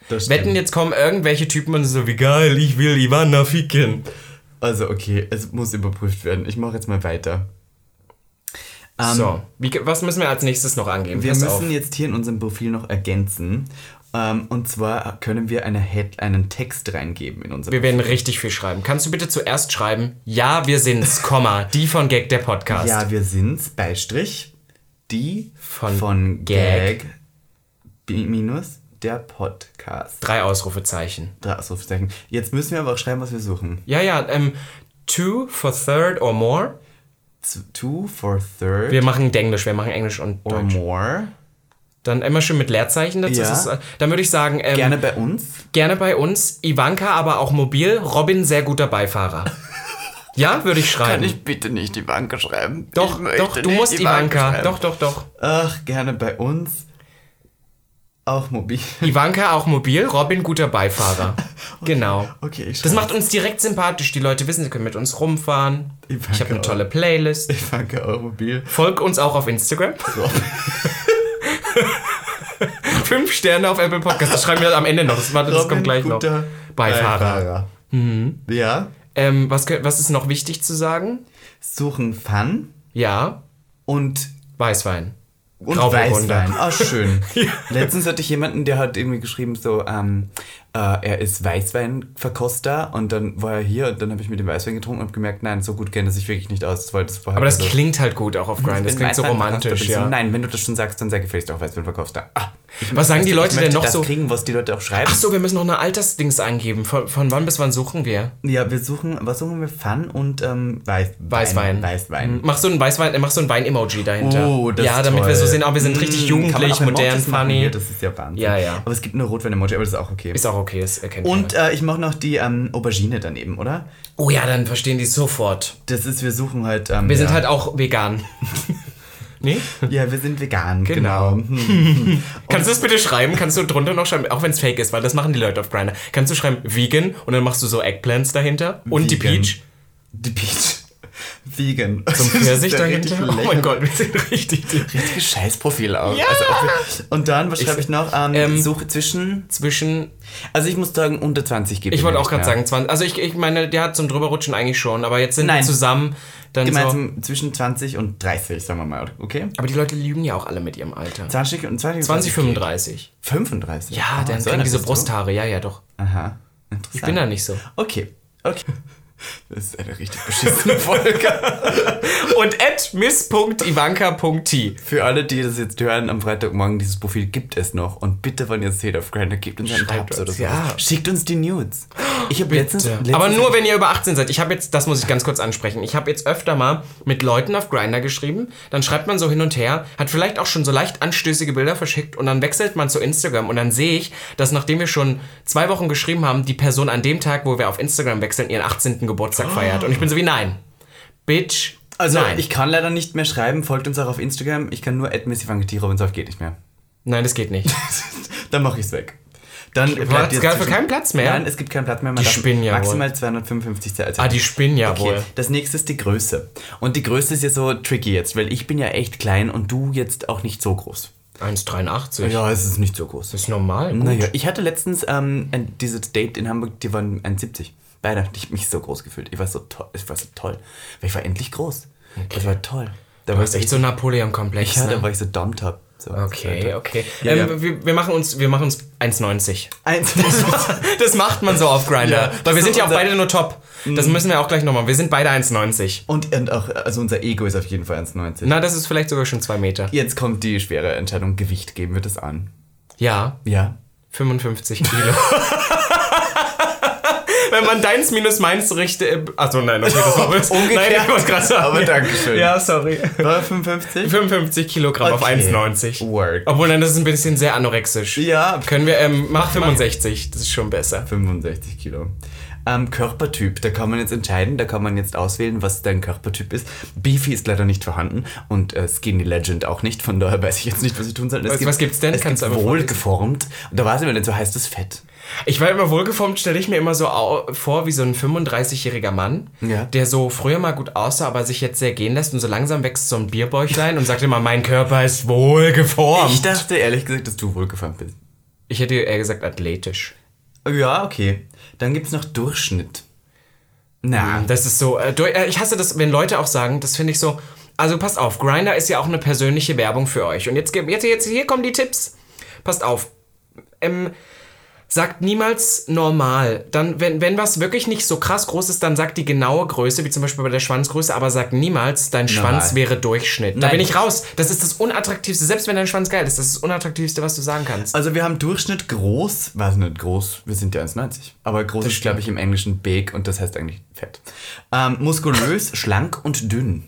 S2: Das stimmt.
S1: Wetten, jetzt kommen irgendwelche Typen und so wie geil, ich will Ivana ficken.
S2: Also, okay, es muss überprüft werden. Ich mache jetzt mal weiter. Ähm,
S1: so, wie, was müssen wir als nächstes noch angehen?
S2: Wir
S1: Pass
S2: müssen
S1: auf.
S2: jetzt hier in unserem Profil noch ergänzen. Ähm, und zwar können wir eine Head einen Text reingeben in unser
S1: Wir werden richtig viel schreiben. Kannst du bitte zuerst schreiben, ja, wir sind's, Komma, die von Gag der Podcast.
S2: Ja, wir sind's, Beistrich, die
S1: Von
S2: von
S1: Gag.
S2: Gag, bi- minus der Podcast.
S1: Drei Ausrufezeichen.
S2: Drei Ausrufezeichen. Jetzt müssen wir aber auch schreiben, was wir suchen.
S1: Ja, ja, ähm, two for third or more.
S2: Z- Two for third
S1: Wir machen Englisch, wir machen Englisch und
S2: or
S1: Deutsch.
S2: more.
S1: Dann immer schön mit Leerzeichen dazu.
S2: Ja.
S1: Das ist, äh, dann würde ich sagen, ähm,
S2: Gerne bei uns.
S1: gerne bei uns. Ivanka, aber auch mobil. Robin, sehr guter Beifahrer. ja, würde ich schreiben.
S2: ich bitte nicht Ivanka schreiben?
S1: doch, doch, du musst Ivanka. Doch, doch, doch.
S2: Ach, gerne bei uns. Auch mobil. [laughs]
S1: Ivanka auch mobil, Robin guter Beifahrer. Genau.
S2: Okay, ich
S1: Das
S2: schreib
S1: macht uns direkt sympathisch. Die Leute wissen, sie können mit uns rumfahren.
S2: Ivanka
S1: Ich habe eine
S2: auch.
S1: tolle Playlist.
S2: Ivanka auch mobil.
S1: Folg uns auch auf Instagram. [laughs] Fünf Sterne auf Apple Podcast. Das schreiben wir am Ende noch. Das, warte, das Also kommt gleich noch.
S2: guter
S1: Beifahrer. Mhm.
S2: Ja.
S1: Ähm, was, kö- was ist noch wichtig zu sagen?
S2: Suchen Fun
S1: Ja,
S2: und
S1: Weißwein.
S2: und
S1: Grauburgunder.
S2: Weißwein.
S1: [laughs]
S2: Oh, schön. Letztens hatte ich jemanden, der hat irgendwie geschrieben, so, ähm, äh, er ist Weißweinverkoster und dann war er hier und dann habe ich mit dem Weißwein getrunken und gemerkt, nein, so gut kenne ich wirklich nicht aus. Das war also das
S1: Aber das klingt halt gut auch auf Grind. Das klingt so romantisch. Ja.
S2: Nein, wenn du das schon sagst, dann sei gefälligst auch Weißweinverkoster. Ah, ich
S1: Was sagen die
S2: möchte-
S1: Leute
S2: ich
S1: denn
S2: möchte
S1: noch
S2: das
S1: so?
S2: kriegen, was die Leute auch schreiben.
S1: Ach so, wir müssen noch eine Altersdings eingeben. Von, von wann bis wann suchen wir?
S2: Ja, wir suchen, was suchen wir? Fun und ähm, Weiß,
S1: Weißwein.
S2: Weißwein.
S1: Mach so ein Weißwein, äh, mach so ein Wein-Emoji dahinter.
S2: Oh, das
S1: ja,
S2: ist
S1: damit wir so
S2: toll.
S1: sehen, aber wir sind richtig
S2: Mm, kann man
S1: jugendlich,
S2: auch Emojis
S1: modern,
S2: machen
S1: funny.
S2: Hier, das ist ja Wahnsinn.
S1: Ja, ja.
S2: Aber es gibt eine Rotwein-Emoji, aber das ist auch okay.
S1: ist auch okay, das erkennt
S2: und
S1: man.
S2: äh, ich mache noch die ähm, Aubergine daneben, oder?
S1: Oh ja, dann verstehen die sofort.
S2: Das ist, wir suchen halt. Ähm,
S1: Wir
S2: ja.
S1: sind halt auch vegan. [laughs] nee?
S2: Ja, wir sind vegan,
S1: Genau.
S2: genau. [laughs]
S1: Kannst du das bitte schreiben? Kannst du drunter noch schreiben, auch wenn es fake ist, weil das machen die Leute auf Grindr. Kannst du schreiben vegan und dann machst du so Eggplants dahinter und die
S2: Vegan. [laughs]
S1: Peach?
S2: Die Peach. [laughs] Vegan.
S1: Pfirsich dahinter?
S2: richtig
S1: Oh mein Gott, wir sind richtig die.
S2: Richtiges Scheißprofil auch.
S1: Ja.
S2: Also auch wir- und dann, was schreibe ich noch? Ähm,
S1: ähm,
S2: Suche zwischen.
S1: Zwischen,
S2: Also ich muss sagen, unter 20 gibt
S1: ich wollte auch gerade sagen, 20, also ich, ich meine, der hat so ein drüberrutschen eigentlich schon, aber jetzt sind wir
S2: Nein.
S1: zusammen, dann so.
S2: Gemeinsam zwischen 20 und 30, sagen wir mal, okay?
S1: Aber die Leute lügen ja auch alle mit ihrem Alter.
S2: 20 und 20,
S1: 20, 35.
S2: 35.
S1: Ja,
S2: Ah,
S1: dann
S2: so
S1: kriegen
S2: einer
S1: diese
S2: bist du.
S1: Brusthaare, ja, ja, doch.
S2: Aha. Interessant.
S1: Ich bin da nicht so.
S2: Okay, okay. [laughs] Das ist eine richtig [laughs] beschissene Folge.
S1: Und at miss.ivanka.t.
S2: Für alle, die das jetzt hören, am Freitagmorgen, dieses Profil gibt es noch. und bitte, wenn ihr es seht auf Grindr, gebt uns einen
S1: Schreibt
S2: Tabs oder
S1: uns,
S2: so.
S1: ja.
S2: Schickt uns die Nudes. Ich habe letztens, letztens...
S1: Aber nur, wenn ihr über 18 seid. Ich habe jetzt, das muss ich ganz kurz ansprechen, ich habe jetzt öfter mal mit Leuten auf Grinder geschrieben, dann schreibt man so hin und her, hat vielleicht auch schon so leicht anstößige Bilder verschickt und dann wechselt man zu Instagram und dann sehe ich, dass nachdem wir schon zwei Wochen geschrieben haben, die Person an dem Tag, wo wir auf Instagram wechseln, ihren 18. Geburtstag feiert. Und ich bin so wie, nein. Bitch.
S2: Also,
S1: nein.
S2: ich kann leider nicht mehr schreiben. Folgt uns auch auf Instagram. Ich kann nur admissivangetiere, wenn es auf geht nicht mehr.
S1: nein, das geht nicht.
S2: [laughs] Dann mache ich es weg. Dann
S1: war jetzt
S2: bleibt jetzt
S1: gar für
S2: zwischen-
S1: keinen Platz mehr?
S2: Nein, es gibt keinen Platz mehr. Man
S1: Die
S2: darf
S1: spinnen ja wohl.
S2: Maximal 255 Zeichen.
S1: Ah, die spinnen ja
S2: Okay,
S1: wohl.
S2: das nächste ist die Größe. Und die Größe ist ja so tricky jetzt, weil ich bin ja echt klein und du jetzt auch nicht so groß.
S1: 1,83.
S2: Ja, es ist nicht so groß.
S1: Ist normal. gut.
S2: Naja, ich hatte letztens ähm, ein, dieses Date in Hamburg, die waren 1,70. Beide ich mich so groß gefühlt. Ich war so toll. Ich war so toll. Weil ich war endlich groß. Das war toll.
S1: Du
S2: Da war
S1: hast echt
S2: ich
S1: so einen Napoleon-Komplex.
S2: ja,
S1: ne?
S2: da war ich so dummtop. So,
S1: Okay, okay.
S2: Ja,
S1: ähm,
S2: ja.
S1: Wir, wir machen uns, wir machen uns 1,90.
S2: Eins. [laughs]
S1: Das macht man so auf Grinder,
S2: Ja,
S1: weil
S2: das
S1: wir
S2: ist
S1: sind ja auch
S2: unser- Mhm.
S1: beide nur top. Das müssen wir auch gleich nochmal. Wir sind beide 1,90.
S2: Und, und auch, also unser Ego ist auf jeden Fall 1,90.
S1: Na, das ist vielleicht sogar schon zwei Meter.
S2: Jetzt kommt die schwere Entscheidung. Gewicht geben wir das an.
S1: Ja,
S2: Ja.
S1: 55
S2: [laughs]
S1: Kilo. Wenn man deins minus meins richtet. Achso, nein, okay,
S2: [laughs]
S1: das war blöd. Nein, ich wollte gerade sagen.
S2: Aber Dankeschön.
S1: Ja, sorry.
S2: War er 55?
S1: 55 Kilogramm auf
S2: Okay.
S1: 1,90.
S2: Work.
S1: Obwohl, nein, das ist ein bisschen sehr anorexisch.
S2: Ja,
S1: Können wir, ähm, mach 65, das ist schon besser.
S2: 65 Kilo. Ähm, Körpertyp, da kann man jetzt entscheiden, da kann man jetzt auswählen, was dein Körpertyp ist. Beefy ist leider nicht vorhanden und äh, Skinny Legend auch nicht, von daher weiß ich jetzt nicht, was ich tun soll. Es
S1: Was- was gibt's denn?
S2: Es
S1: Kannst
S2: Kannst
S1: du
S2: gibt
S1: aber
S2: wohlgeformt. Und da war es immer nicht so heißt das Fett.
S1: Ich war immer wohlgeformt, stelle ich mir immer so au- vor wie so ein 35-jähriger Mann,
S2: Ja.
S1: der so früher mal gut aussah, aber sich jetzt sehr gehen lässt und so langsam wächst so ein Bierbäuchlein und sagt immer, mein Körper ist wohlgeformt.
S2: Ich
S1: Ich,
S2: dachte ehrlich gesagt, dass du wohlgeformt bist. Oh
S1: hätte eher gesagt athletisch.
S2: Ja, okay. Dann gibt's noch Durchschnitt. Na,
S1: Das ist so, äh, du- äh, ich hasse das, wenn Leute auch sagen, das finde ich so, also passt auf, Grinder ist ja auch eine persönliche Werbung für euch. Und jetzt, ge- jetzt, jetzt hier kommen die Tipps. Passt auf. Ähm, Sagt niemals normal. Dann, wenn, wenn was wirklich nicht so krass groß ist, dann sagt die genaue Größe, wie zum Beispiel bei der Schwanzgröße, aber sagt niemals, dein Schwanz wäre Durchschnitt. Da
S2: Nein.
S1: bin ich raus. Das ist das Unattraktivste. Selbst wenn dein Schwanz geil ist, das ist das Unattraktivste, was du sagen kannst.
S2: Also wir haben Durchschnitt groß, weiß nicht groß, wir sind ja 1,90. Aber groß ist, glaube ich, im Englischen big und das heißt eigentlich fett. Ähm,
S1: [laughs]
S2: muskulös, schlank und dünn.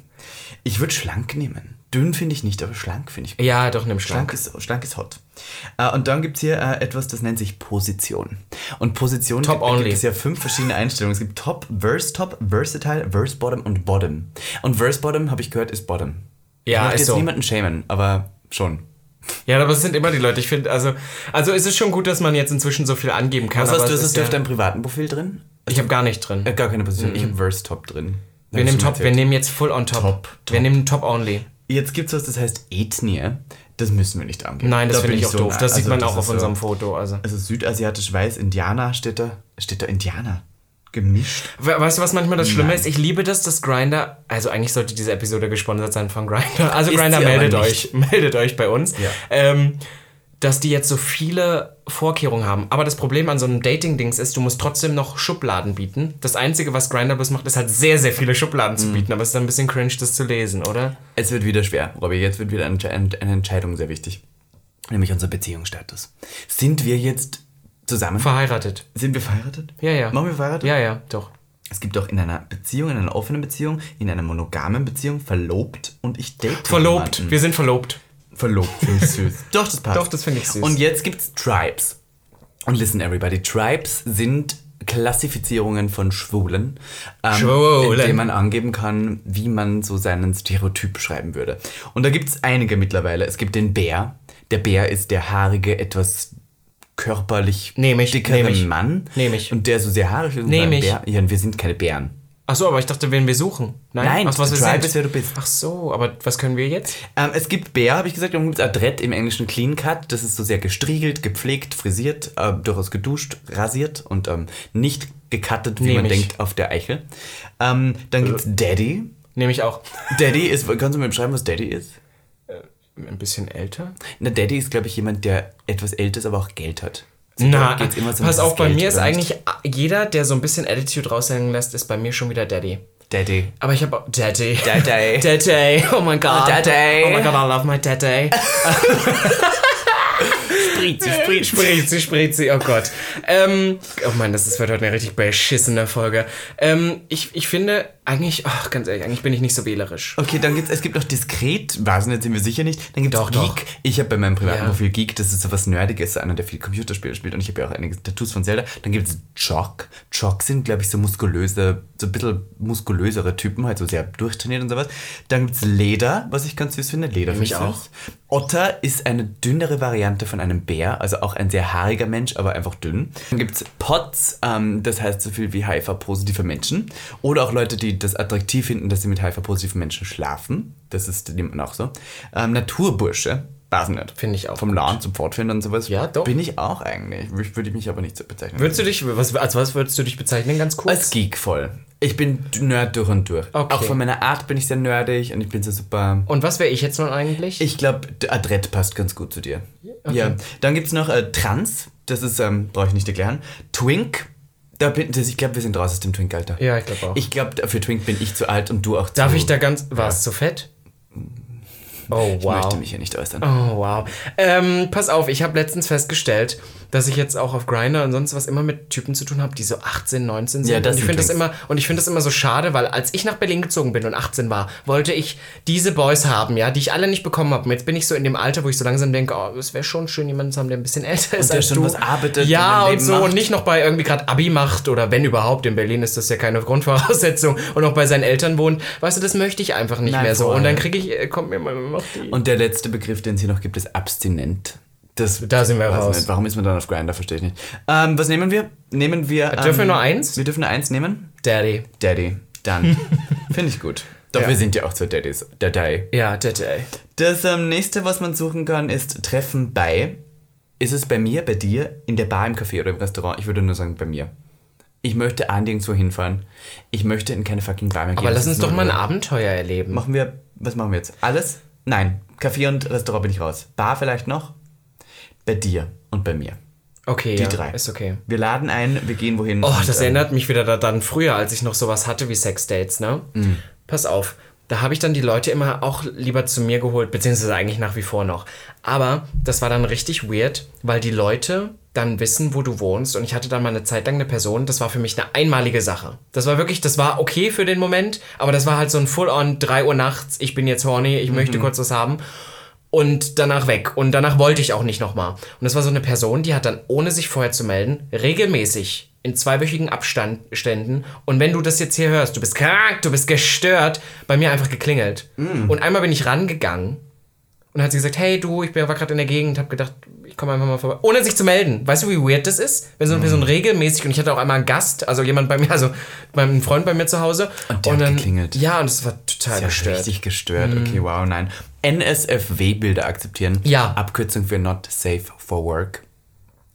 S2: Ich würde schlank nehmen. Dünn finde ich nicht, aber schlank finde ich.
S1: Ja, doch, nimm Schlag.
S2: Schlank ist, schlank ist hot. Äh, und dann gibt es hier äh, etwas, das nennt sich Position. Und Position
S1: Top
S2: gibt,
S1: only.
S2: gibt es ja fünf verschiedene Einstellungen. Es gibt Top, Verse Top, Versatile, Verse Bottom und Bottom. Und Verse Bottom, habe ich gehört, ist Bottom.
S1: Ja,
S2: ich möchte
S1: ist
S2: jetzt
S1: so.
S2: niemanden schämen, aber schon.
S1: Ja, aber es sind immer die Leute. Ich finde, also, also es ist schon gut, dass man jetzt inzwischen so viel angeben kann.
S2: Was hast
S1: aber
S2: du,
S1: es
S2: ist es
S1: ist ja,
S2: auf deinem privaten Profil drin?
S1: ich habe gar nicht drin.
S2: Äh, Gar keine Position. Ich habe Verse Top drin. Hab
S1: Mhm. Wir
S2: ich
S1: nehmen
S2: schon
S1: Top, wir ne-
S2: erzählt.
S1: nehmen jetzt Full on Top. Wir nehmen Top Only.
S2: Jetzt gibt's was, das heißt Ethnie. Das müssen wir nicht angeben.
S1: Nein, das
S2: Da
S1: finde
S2: bin
S1: ich auch
S2: so
S1: doof.
S2: nah.
S1: Das sieht
S2: Also
S1: man auch
S2: ist
S1: auf
S2: so.
S1: unserem Foto. Also.
S2: Also südasiatisch weiß, Indianer steht da. Steht da Indianer. Gemischt.
S1: We weißt du, was manchmal das Schlimme
S2: Nein.
S1: ist? Ich liebe das, dass Grinder. Also eigentlich sollte diese Episode gesponsert sein von Grinder. Also
S2: Ist
S1: Grinder
S2: sie aber
S1: meldet euch, [laughs]
S2: nicht.
S1: meldet euch bei uns.
S2: Ja.
S1: Ähm, dass die jetzt so viele Vorkehrungen haben. Aber das Problem an so einem Dating-Dings ist, du musst trotzdem noch Schubladen bieten. Das Einzige, was Grinder bloß macht, ist halt sehr, sehr viele Schubladen zu bieten. Aber es ist dann ein bisschen cringe, das zu lesen, oder?
S2: Es wird wieder schwer, Robby. Jetzt wird wieder eine, eine Entscheidung sehr wichtig. Nämlich unser Beziehungsstatus. Sind wir jetzt zusammen?
S1: Verheiratet.
S2: Sind wir verheiratet?
S1: Ja, ja.
S2: Machen wir verheiratet?
S1: Ja, ja, doch.
S2: Es gibt auch in einer Beziehung, in einer offenen Beziehung, in einer monogamen Beziehung verlobt und ich date.
S1: Verlobt.
S2: jemanden.
S1: Wir sind verlobt.
S2: Verlobt finde ich süß. [laughs] Doch, das passt.
S1: Doch, das finde ich süß.
S2: Und jetzt gibt's Tribes. Und listen, everybody, Tribes sind Klassifizierungen von Schwulen, ähm,
S1: Schwulen.
S2: in denen man angeben kann, wie man so seinen Stereotyp beschreiben würde. Und da gibt's einige mittlerweile. Es gibt den Bär. Der Bär ist der haarige, etwas körperlich
S1: Nehm ich,
S2: dickere
S1: nehm ich,
S2: Mann.
S1: nehm ich.
S2: Und der so sehr haarig ist. und
S1: Nehm
S2: ein
S1: ich.
S2: Bär. Ja, und wir sind keine Bären.
S1: Achso, aber ich dachte, wen wir suchen.
S2: Nein,
S1: aus was wir
S2: Tribe
S1: sind.
S2: ist, wer du bist.
S1: Ach so, aber was können wir jetzt?
S2: Ähm, es gibt Bär, habe ich gesagt, und es gibt Adrett im Englischen Clean Cut. Das ist so sehr gestriegelt, gepflegt, frisiert, äh, durchaus geduscht, rasiert und ähm, nicht gecuttet, wie
S1: Nehm
S2: man
S1: ich. Äh.
S2: denkt, auf der Eichel. Ähm, dann gibt's Daddy.
S1: Nehme ich
S2: [laughs]
S1: auch. Äh,
S2: Daddy ist, kannst du mir beschreiben, was Daddy ist?
S1: Ein bisschen älter?
S2: Na, Daddy ist, glaube ich, jemand, der etwas älter ist, aber auch Geld hat. Also
S1: Na,
S2: darum geht's immer so um
S1: pass
S2: dieses
S1: auf, bei
S2: Geld
S1: mir ist
S2: und
S1: eigentlich a- jeder, der so ein bisschen Attitude raushängen lässt, ist bei mir schon wieder Daddy.
S2: Daddy.
S1: Aber ich habe auch Daddy.
S2: Daddy.
S1: [laughs] Daddy. Oh mein Gott.
S2: Oh, Daddy.
S1: Oh mein Gott, I love my
S2: [laughs]
S1: Daddy.
S2: Spritzi, Spritzi.
S1: Spritzi, Spritzi, oh Gott. Ähm, oh Mann, das ist, wird heute eine richtig beschissene Folge. Ähm, ich, ich finde eigentlich, ach, ganz ehrlich, eigentlich bin ich nicht so wählerisch.
S2: Okay, dann gibt's, es gibt noch diskret, weiß nicht, sind wir sicher nicht. Dann gibt's
S1: Doch,
S2: Geek.
S1: doch.
S2: Ich habe bei meinem privaten
S1: Ja.
S2: Profil Geek, das ist so was Nerdiges, so einer, der viel Computerspiele spielt und ich habe ja auch einige Tattoos von Zelda. Dann gibt's Jock. Jock sind, glaube ich, so muskulöse, so ein bisschen muskulösere Typen, halt so sehr durchtrainiert und sowas. Dann gibt's Leder, was ich ganz süß finde. Leder finde
S1: ich
S2: ich
S1: auch.
S2: süß. Otter ist eine dünnere Variante von einem Bär, also auch ein sehr haariger Mensch, aber einfach dünn. Dann gibt es Pots, ähm, das heißt so viel wie HIV-positive Menschen. Oder auch Leute, die das attraktiv finden, dass sie mit HIV-positiven Menschen schlafen. Das ist nimmt man auch so. Ähm, Naturbursche, weiß nicht.
S1: Finde ich auch
S2: Vom Laden zum Pfadfinder und sowas.
S1: Ja, doch.
S2: Bin ich auch eigentlich. Wür- Würde ich mich aber nicht so bezeichnen.
S1: Würdest du dich, was, als was würdest du dich bezeichnen, ganz kurz?
S2: als Geek voll. Ich bin Nerd durch und durch.
S1: Okay.
S2: Auch von meiner Art bin ich sehr nerdig und ich bin so super
S1: Und was wäre ich jetzt nun eigentlich?
S2: ich glaube, Adrett passt ganz gut zu dir. Ja. Dann gibt es noch äh, Trans, das ist, ähm, brauche ich nicht erklären. Twink, da bin, das, ich glaube, wir sind raus aus dem Twink-Alter.
S1: Ja, ich glaube auch.
S2: Ich glaube, für Twink bin ich zu alt und du auch zu
S1: Darf ich da ganz. War es zu fett? Oh,
S2: Ich
S1: wow.
S2: möchte mich hier nicht äußern.
S1: Oh, wow. Ähm, pass auf, ich habe letztens festgestellt, dass ich jetzt auch auf Grindr und sonst was immer mit Typen zu tun habe, die so 18, 19 sind.
S2: Ja, das
S1: und ich
S2: sind
S1: finde das
S2: Twinks.
S1: immer und ich finde das immer so schade, weil als ich nach Berlin gezogen bin und 18 war, wollte ich diese Boys haben, ja, die ich alle nicht bekommen habe. Und Jetzt bin ich so in dem Alter, wo ich so langsam denke, oh, es wäre schon schön, jemanden zu haben, der ein bisschen älter ist
S2: der
S1: als
S2: schon
S1: du.
S2: was arbeitet
S1: ja
S2: und ein
S1: und
S2: Leben
S1: so und
S2: macht.
S1: nicht noch bei irgendwie gerade Abi macht oder wenn überhaupt. In Berlin ist das ja keine [laughs] Grundvoraussetzung und auch bei seinen Eltern wohnt. Weißt du, das möchte ich einfach nicht
S2: Nein,
S1: mehr so.
S2: voll.
S1: Und dann kriege ich, äh, kommt mir mal noch die.
S2: Und der letzte Begriff, den es hier noch gibt, ist abstinent. Das,
S1: Da sind wir
S2: weiß
S1: raus.
S2: Nicht, warum ist man dann auf Grinder? Verstehe ich nicht. Ähm, was nehmen wir? Nehmen wir. Ähm,
S1: Äh, Dürfen wir nur eins?
S2: Wir dürfen nur eins nehmen.
S1: Daddy.
S2: Daddy.
S1: [laughs]
S2: Dann. Finde ich gut. Doch
S1: Ja.
S2: wir sind ja auch zu Daddys. Daddy.
S1: Ja, Daddy.
S2: Das ähm, nächste, was man suchen kann, ist Treffen bei. Ist es bei mir, bei dir, in der Bar, im Café oder im Restaurant? Ich würde nur sagen, bei mir. Ich möchte an nirgendwo hinfahren. Ich möchte in keine fucking Bar mehr gehen.
S1: Aber lass
S2: Das
S1: uns
S2: ist
S1: doch
S2: nur-
S1: mal ein Abenteuer erleben.
S2: Machen wir. Was machen wir jetzt? Alles? Nein. Café und Restaurant bin ich raus. Bar vielleicht noch? Bei dir und bei mir.
S1: Okay,
S2: Die
S1: ja,
S2: drei.
S1: ist okay.
S2: Wir laden ein, wir gehen wohin.
S1: Oh,
S2: Und,
S1: das
S2: äh,
S1: erinnert mich wieder daran früher, als ich noch sowas hatte wie Sexdates, ne? Pass auf. Da habe ich dann die Leute immer auch lieber zu mir geholt, beziehungsweise eigentlich nach wie vor noch. Aber das war dann richtig weird, weil die Leute dann wissen, wo du wohnst. Und ich hatte dann mal eine Zeit lang eine Person, das war für mich eine einmalige Sache. Das war wirklich, das war okay für den Moment, aber das war halt so ein Full-on 3 Uhr nachts, ich bin jetzt horny, ich möchte kurz was haben und danach weg. Und danach wollte ich auch nicht nochmal. Und das war so eine Person, die hat dann, ohne sich vorher zu melden, regelmäßig in zweiwöchigen Abständen und wenn du das jetzt hier hörst, du bist krank, du bist gestört, bei mir einfach geklingelt.
S2: Mm.
S1: Und einmal bin ich rangegangen und hat sie gesagt, hey du, ich bin- war gerade in der Gegend, habe gedacht, ich komme einfach mal vorbei, ohne sich zu melden. Weißt du, wie weird das ist? Wenn
S2: Mm.
S1: so eine Person regelmäßig, und ich hatte auch einmal einen Gast, also jemand bei mir, also meinen Freund bei mir zu Hause. Und,
S2: der hat
S1: dann,
S2: geklingelt.
S1: Ja, und es war total
S2: Ja,
S1: gestört. Mhm.
S2: richtig gestört. Okay, wow, nein. NSFW-Bilder akzeptieren.
S1: Ja.
S2: Abkürzung für Not Safe for Work.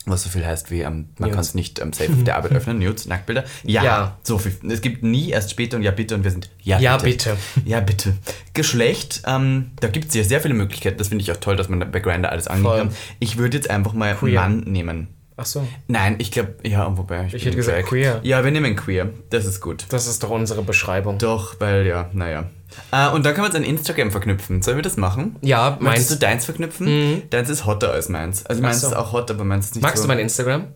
S2: Was so viel heißt wie, ähm, man kann es nicht ähm, safe auf
S1: [laughs]
S2: der Arbeit öffnen. Nudes, Nacktbilder. Ja,
S1: Ja.
S2: So viel. Es gibt nie erst später und ja bitte und wir sind ja,
S1: Ja,
S2: [laughs] Ja bitte. Geschlecht, ähm, da gibt es ja sehr viele Möglichkeiten. Das finde ich auch toll, dass man bei Grindr alles angehen
S1: Voll.
S2: kann. Ich würde jetzt einfach mal Mann nehmen.
S1: Ach so,
S2: Nein, ich glaube, ja, und wobei. Ich, bin
S1: hätte gesagt
S2: Drag.
S1: queer.
S2: Ja, wir nehmen queer. Das ist gut.
S1: das ist doch unsere Beschreibung.
S2: Doch, weil ja, naja. Äh, und dann können wir es an Instagram verknüpfen. Sollen wir das machen?
S1: Ja,
S2: Meinst du
S1: meinst,
S2: deins verknüpfen? Deins ist hotter als meins. Also meins
S1: so.
S2: ist auch hot, aber meins ist nicht
S1: magst
S2: so.
S1: du mein Instagram?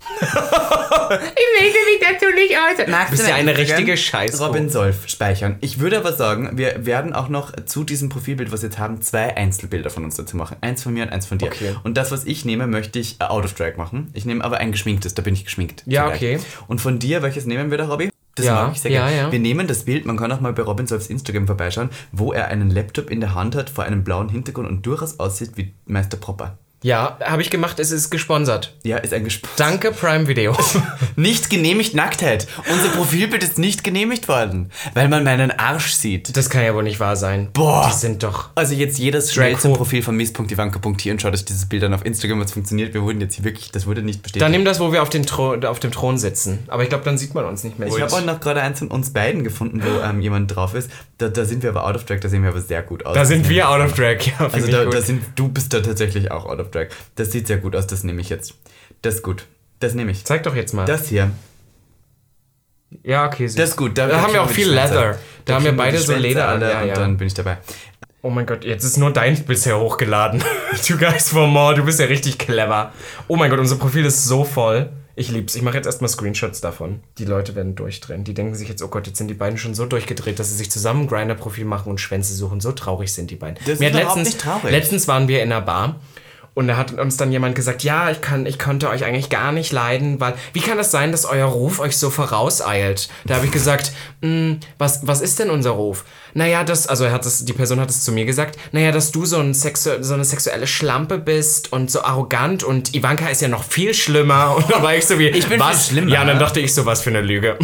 S1: ich lege mich dazu nicht aus. Magst du bist ja eine richtige Scheiße.
S2: Robin Solf speichern. Ich würde aber sagen, wir werden auch noch zu diesem Profilbild, was wir jetzt haben, zwei Einzelbilder von uns dazu machen. Eins von mir und eins von dir.
S1: Okay.
S2: Und das, was ich nehme, möchte ich äh, out of drag machen. Ich nehme aber ein geschminktes, da bin ich geschminkt.
S1: Ja,
S2: Zugleich.
S1: okay.
S2: Und von dir, welches nehmen wir da, Robby? Das
S1: Ja,
S2: mag ich sehr
S1: ja,
S2: gerne.
S1: ja.
S2: Wir nehmen das Bild, man kann auch mal bei Robin Solfs Instagram vorbeischauen, wo er einen Laptop in der Hand hat, vor einem blauen Hintergrund und durchaus aussieht wie Meister Propper.
S1: Ja, habe ich gemacht, es ist gesponsert.
S2: Ja, ist ein Gespräch.
S1: Danke Prime
S2: [laughs]
S1: Video.
S2: Nicht genehmigt Nacktheit. Unser Profilbild ist nicht genehmigt worden, weil man meinen Arsch sieht.
S1: Das kann ja wohl nicht wahr sein.
S2: Boah.
S1: Die sind doch...
S2: Also jetzt jedes schnell
S1: Draco.
S2: zum Profil von miss.ivanka.t und schaut euch dieses Bild dann auf Instagram, was funktioniert. Wir wurden jetzt hier wirklich, das wurde nicht bestätigt.
S1: Dann nimm das, wo wir auf, den Thro auf dem Thron sitzen. Aber ich glaube, dann sieht man uns nicht mehr.
S2: ich habe auch noch gerade eins von uns beiden gefunden, wo ähm, jemand drauf ist. Da, da sind wir aber out of track, da sehen wir aber sehr gut aus.
S1: da sind wir out of track. [laughs] Ja,
S2: Also
S1: also
S2: da,
S1: gut.
S2: da sind, du bist da tatsächlich auch out of track. Das sieht sehr gut aus, das nehme ich jetzt. Das ist gut. Das nehme ich.
S1: Zeig doch jetzt mal.
S2: Das hier.
S1: ja, okay. Süß.
S2: Das ist gut. Da,
S1: Da haben wir
S2: kriegen
S1: auch
S2: die
S1: viel
S2: Schwänze.
S1: Leather. Da haben wir
S2: kriegen die
S1: beide so
S2: Schwänze
S1: Leder an.
S2: alle
S1: Ja,
S2: Und
S1: ja.
S2: dann bin ich dabei.
S1: Oh mein Gott, jetzt ist nur dein bisher hochgeladen. [laughs] Two guys for more, du bist ja richtig clever. Oh mein Gott, unser Profil ist so voll. Ich lieb's. Ich mache jetzt erstmal Screenshots davon. Die Leute werden durchdrehen. Die denken sich jetzt, oh Gott, jetzt sind die beiden schon so durchgedreht, dass sie sich zusammen ein Grinder-Profil machen und Schwänze suchen. So traurig sind die beiden.
S2: Das
S1: Mir
S2: ist
S1: hat
S2: überhaupt nicht traurig.
S1: Letztens waren wir in einer Bar und da hat uns dann jemand gesagt, ja, ich kann, ich konnte euch eigentlich gar nicht leiden, weil wie kann das sein, dass euer Ruf euch so vorauseilt? Da habe ich gesagt, "Mm, was, was ist denn unser Ruf? Naja, das, also er hat es, die Person hat es zu mir gesagt, naja, dass du so, ein sexu so eine sexuelle Schlampe bist und so arrogant und Ivanka ist ja noch viel schlimmer [laughs] und da war ich so wie, ich
S2: bin
S1: was?
S2: viel schlimmer. ne?
S1: Ja, und dann dachte ich so, was für eine
S2: [laughs]
S1: Lüge.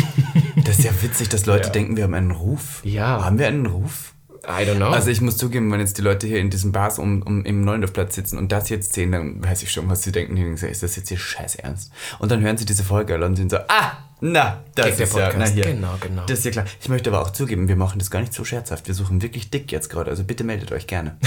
S2: Das ist ja witzig, dass Leute denken, wir haben einen Ruf.
S1: Ja.
S2: Haben wir einen Ruf?
S1: I don't know.
S2: Also ich muss zugeben, wenn jetzt die Leute hier in diesen Bars um, um, im Neuendorfplatz sitzen und das jetzt sehen, dann weiß ich schon, was sie denken. Die denken, so, ist das jetzt hier scheiß ernst? Und dann hören sie diese Folge und sind so, ah, na, das
S1: Geht der
S2: ist ja, na
S1: Podcast.
S2: hier.
S1: Genau, genau.
S2: Das ist ja klar. Ich möchte aber auch zugeben, wir machen das gar nicht so scherzhaft. Wir suchen wirklich dick jetzt gerade, also bitte meldet euch gerne.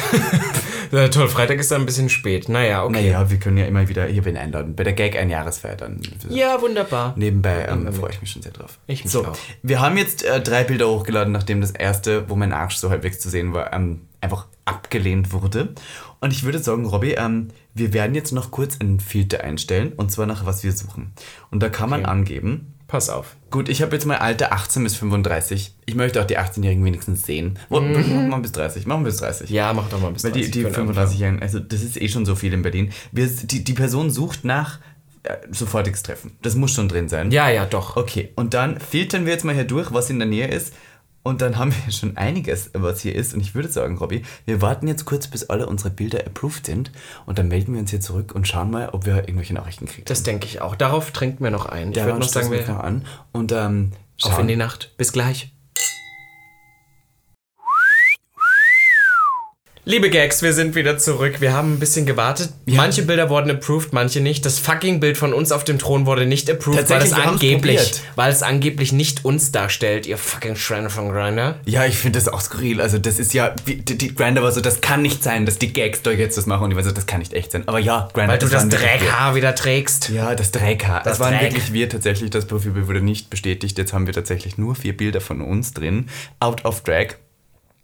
S1: ja, toll, Freitag ist dann ein bisschen spät. Naja, okay.
S2: Naja, wir können ja immer wieder hier wen einladen. Bei der Gag ein Jahresfeier dann.
S1: Ja, wunderbar.
S2: Nebenbei ähm, freue ich mich schon sehr drauf.
S1: Ich mich
S2: so,
S1: auch.
S2: wir haben jetzt äh, drei Bilder hochgeladen, nachdem das erste, wo mein Arsch so halbwegs zu sehen war, ähm, einfach abgelehnt wurde. Und ich würde sagen, Robby, ähm, wir werden jetzt noch kurz einen Filter einstellen und zwar nach was wir suchen. Und da kann man angeben.
S1: Pass auf.
S2: Gut, ich habe jetzt mal Alter 18 bis 35. Ich möchte auch die 18-Jährigen wenigstens sehen. Wo- [laughs] Machen wir bis 30. Machen wir bis 30.
S1: Ja, mach doch mal ein bisschen.
S2: Weil die, die 35-Jährigen, also das ist eh schon so viel in Berlin. Wir, die, die Person sucht nach äh, sofortiges Treffen. Das muss schon drin sein.
S1: Ja, ja, doch.
S2: Okay, und dann filtern wir jetzt mal hier durch, was in der Nähe ist. Und dann haben wir schon einiges, was hier ist. Und ich würde sagen, Robby, wir warten jetzt kurz, bis alle unsere Bilder approved sind. Und dann melden wir uns hier zurück und schauen mal, ob wir irgendwelche Nachrichten kriegen.
S1: Das denke ich auch. Darauf trinken wir noch ein. Ich
S2: Ja,
S1: würde
S2: dann
S1: noch sagen,
S2: stoßen
S1: wir
S2: uns noch an. Und ähm,
S1: auf in
S2: schauen.
S1: die Nacht. Bis gleich. Liebe Gags, wir sind wieder zurück. Wir haben ein bisschen gewartet. Manche Bilder wurden approved, manche nicht. Das fucking Bild von uns auf dem Thron wurde nicht approved, weil
S2: Tatsächlich,
S1: es
S2: wir haben's
S1: angeblich,
S2: probiert.
S1: weil es angeblich nicht uns darstellt, ihr fucking Schreiner von Grinder.
S2: Ja, ich finde das auch skurril. Also das ist ja, die, die die Grinder war so, das kann nicht sein, dass die Gags doch jetzt das machen. Und die war so, das kann nicht echt sein. Aber ja, Grinder.
S1: Weil du das
S2: waren wirklich wir.
S1: Dreckhaar wieder trägst.
S2: Ja, das Dreckhaar. Das,
S1: Das
S2: waren
S1: Dreck.
S2: wirklich wir tatsächlich. Das Profilbild wurde nicht bestätigt. Jetzt haben wir tatsächlich nur vier Bilder von uns drin. Out of Drag.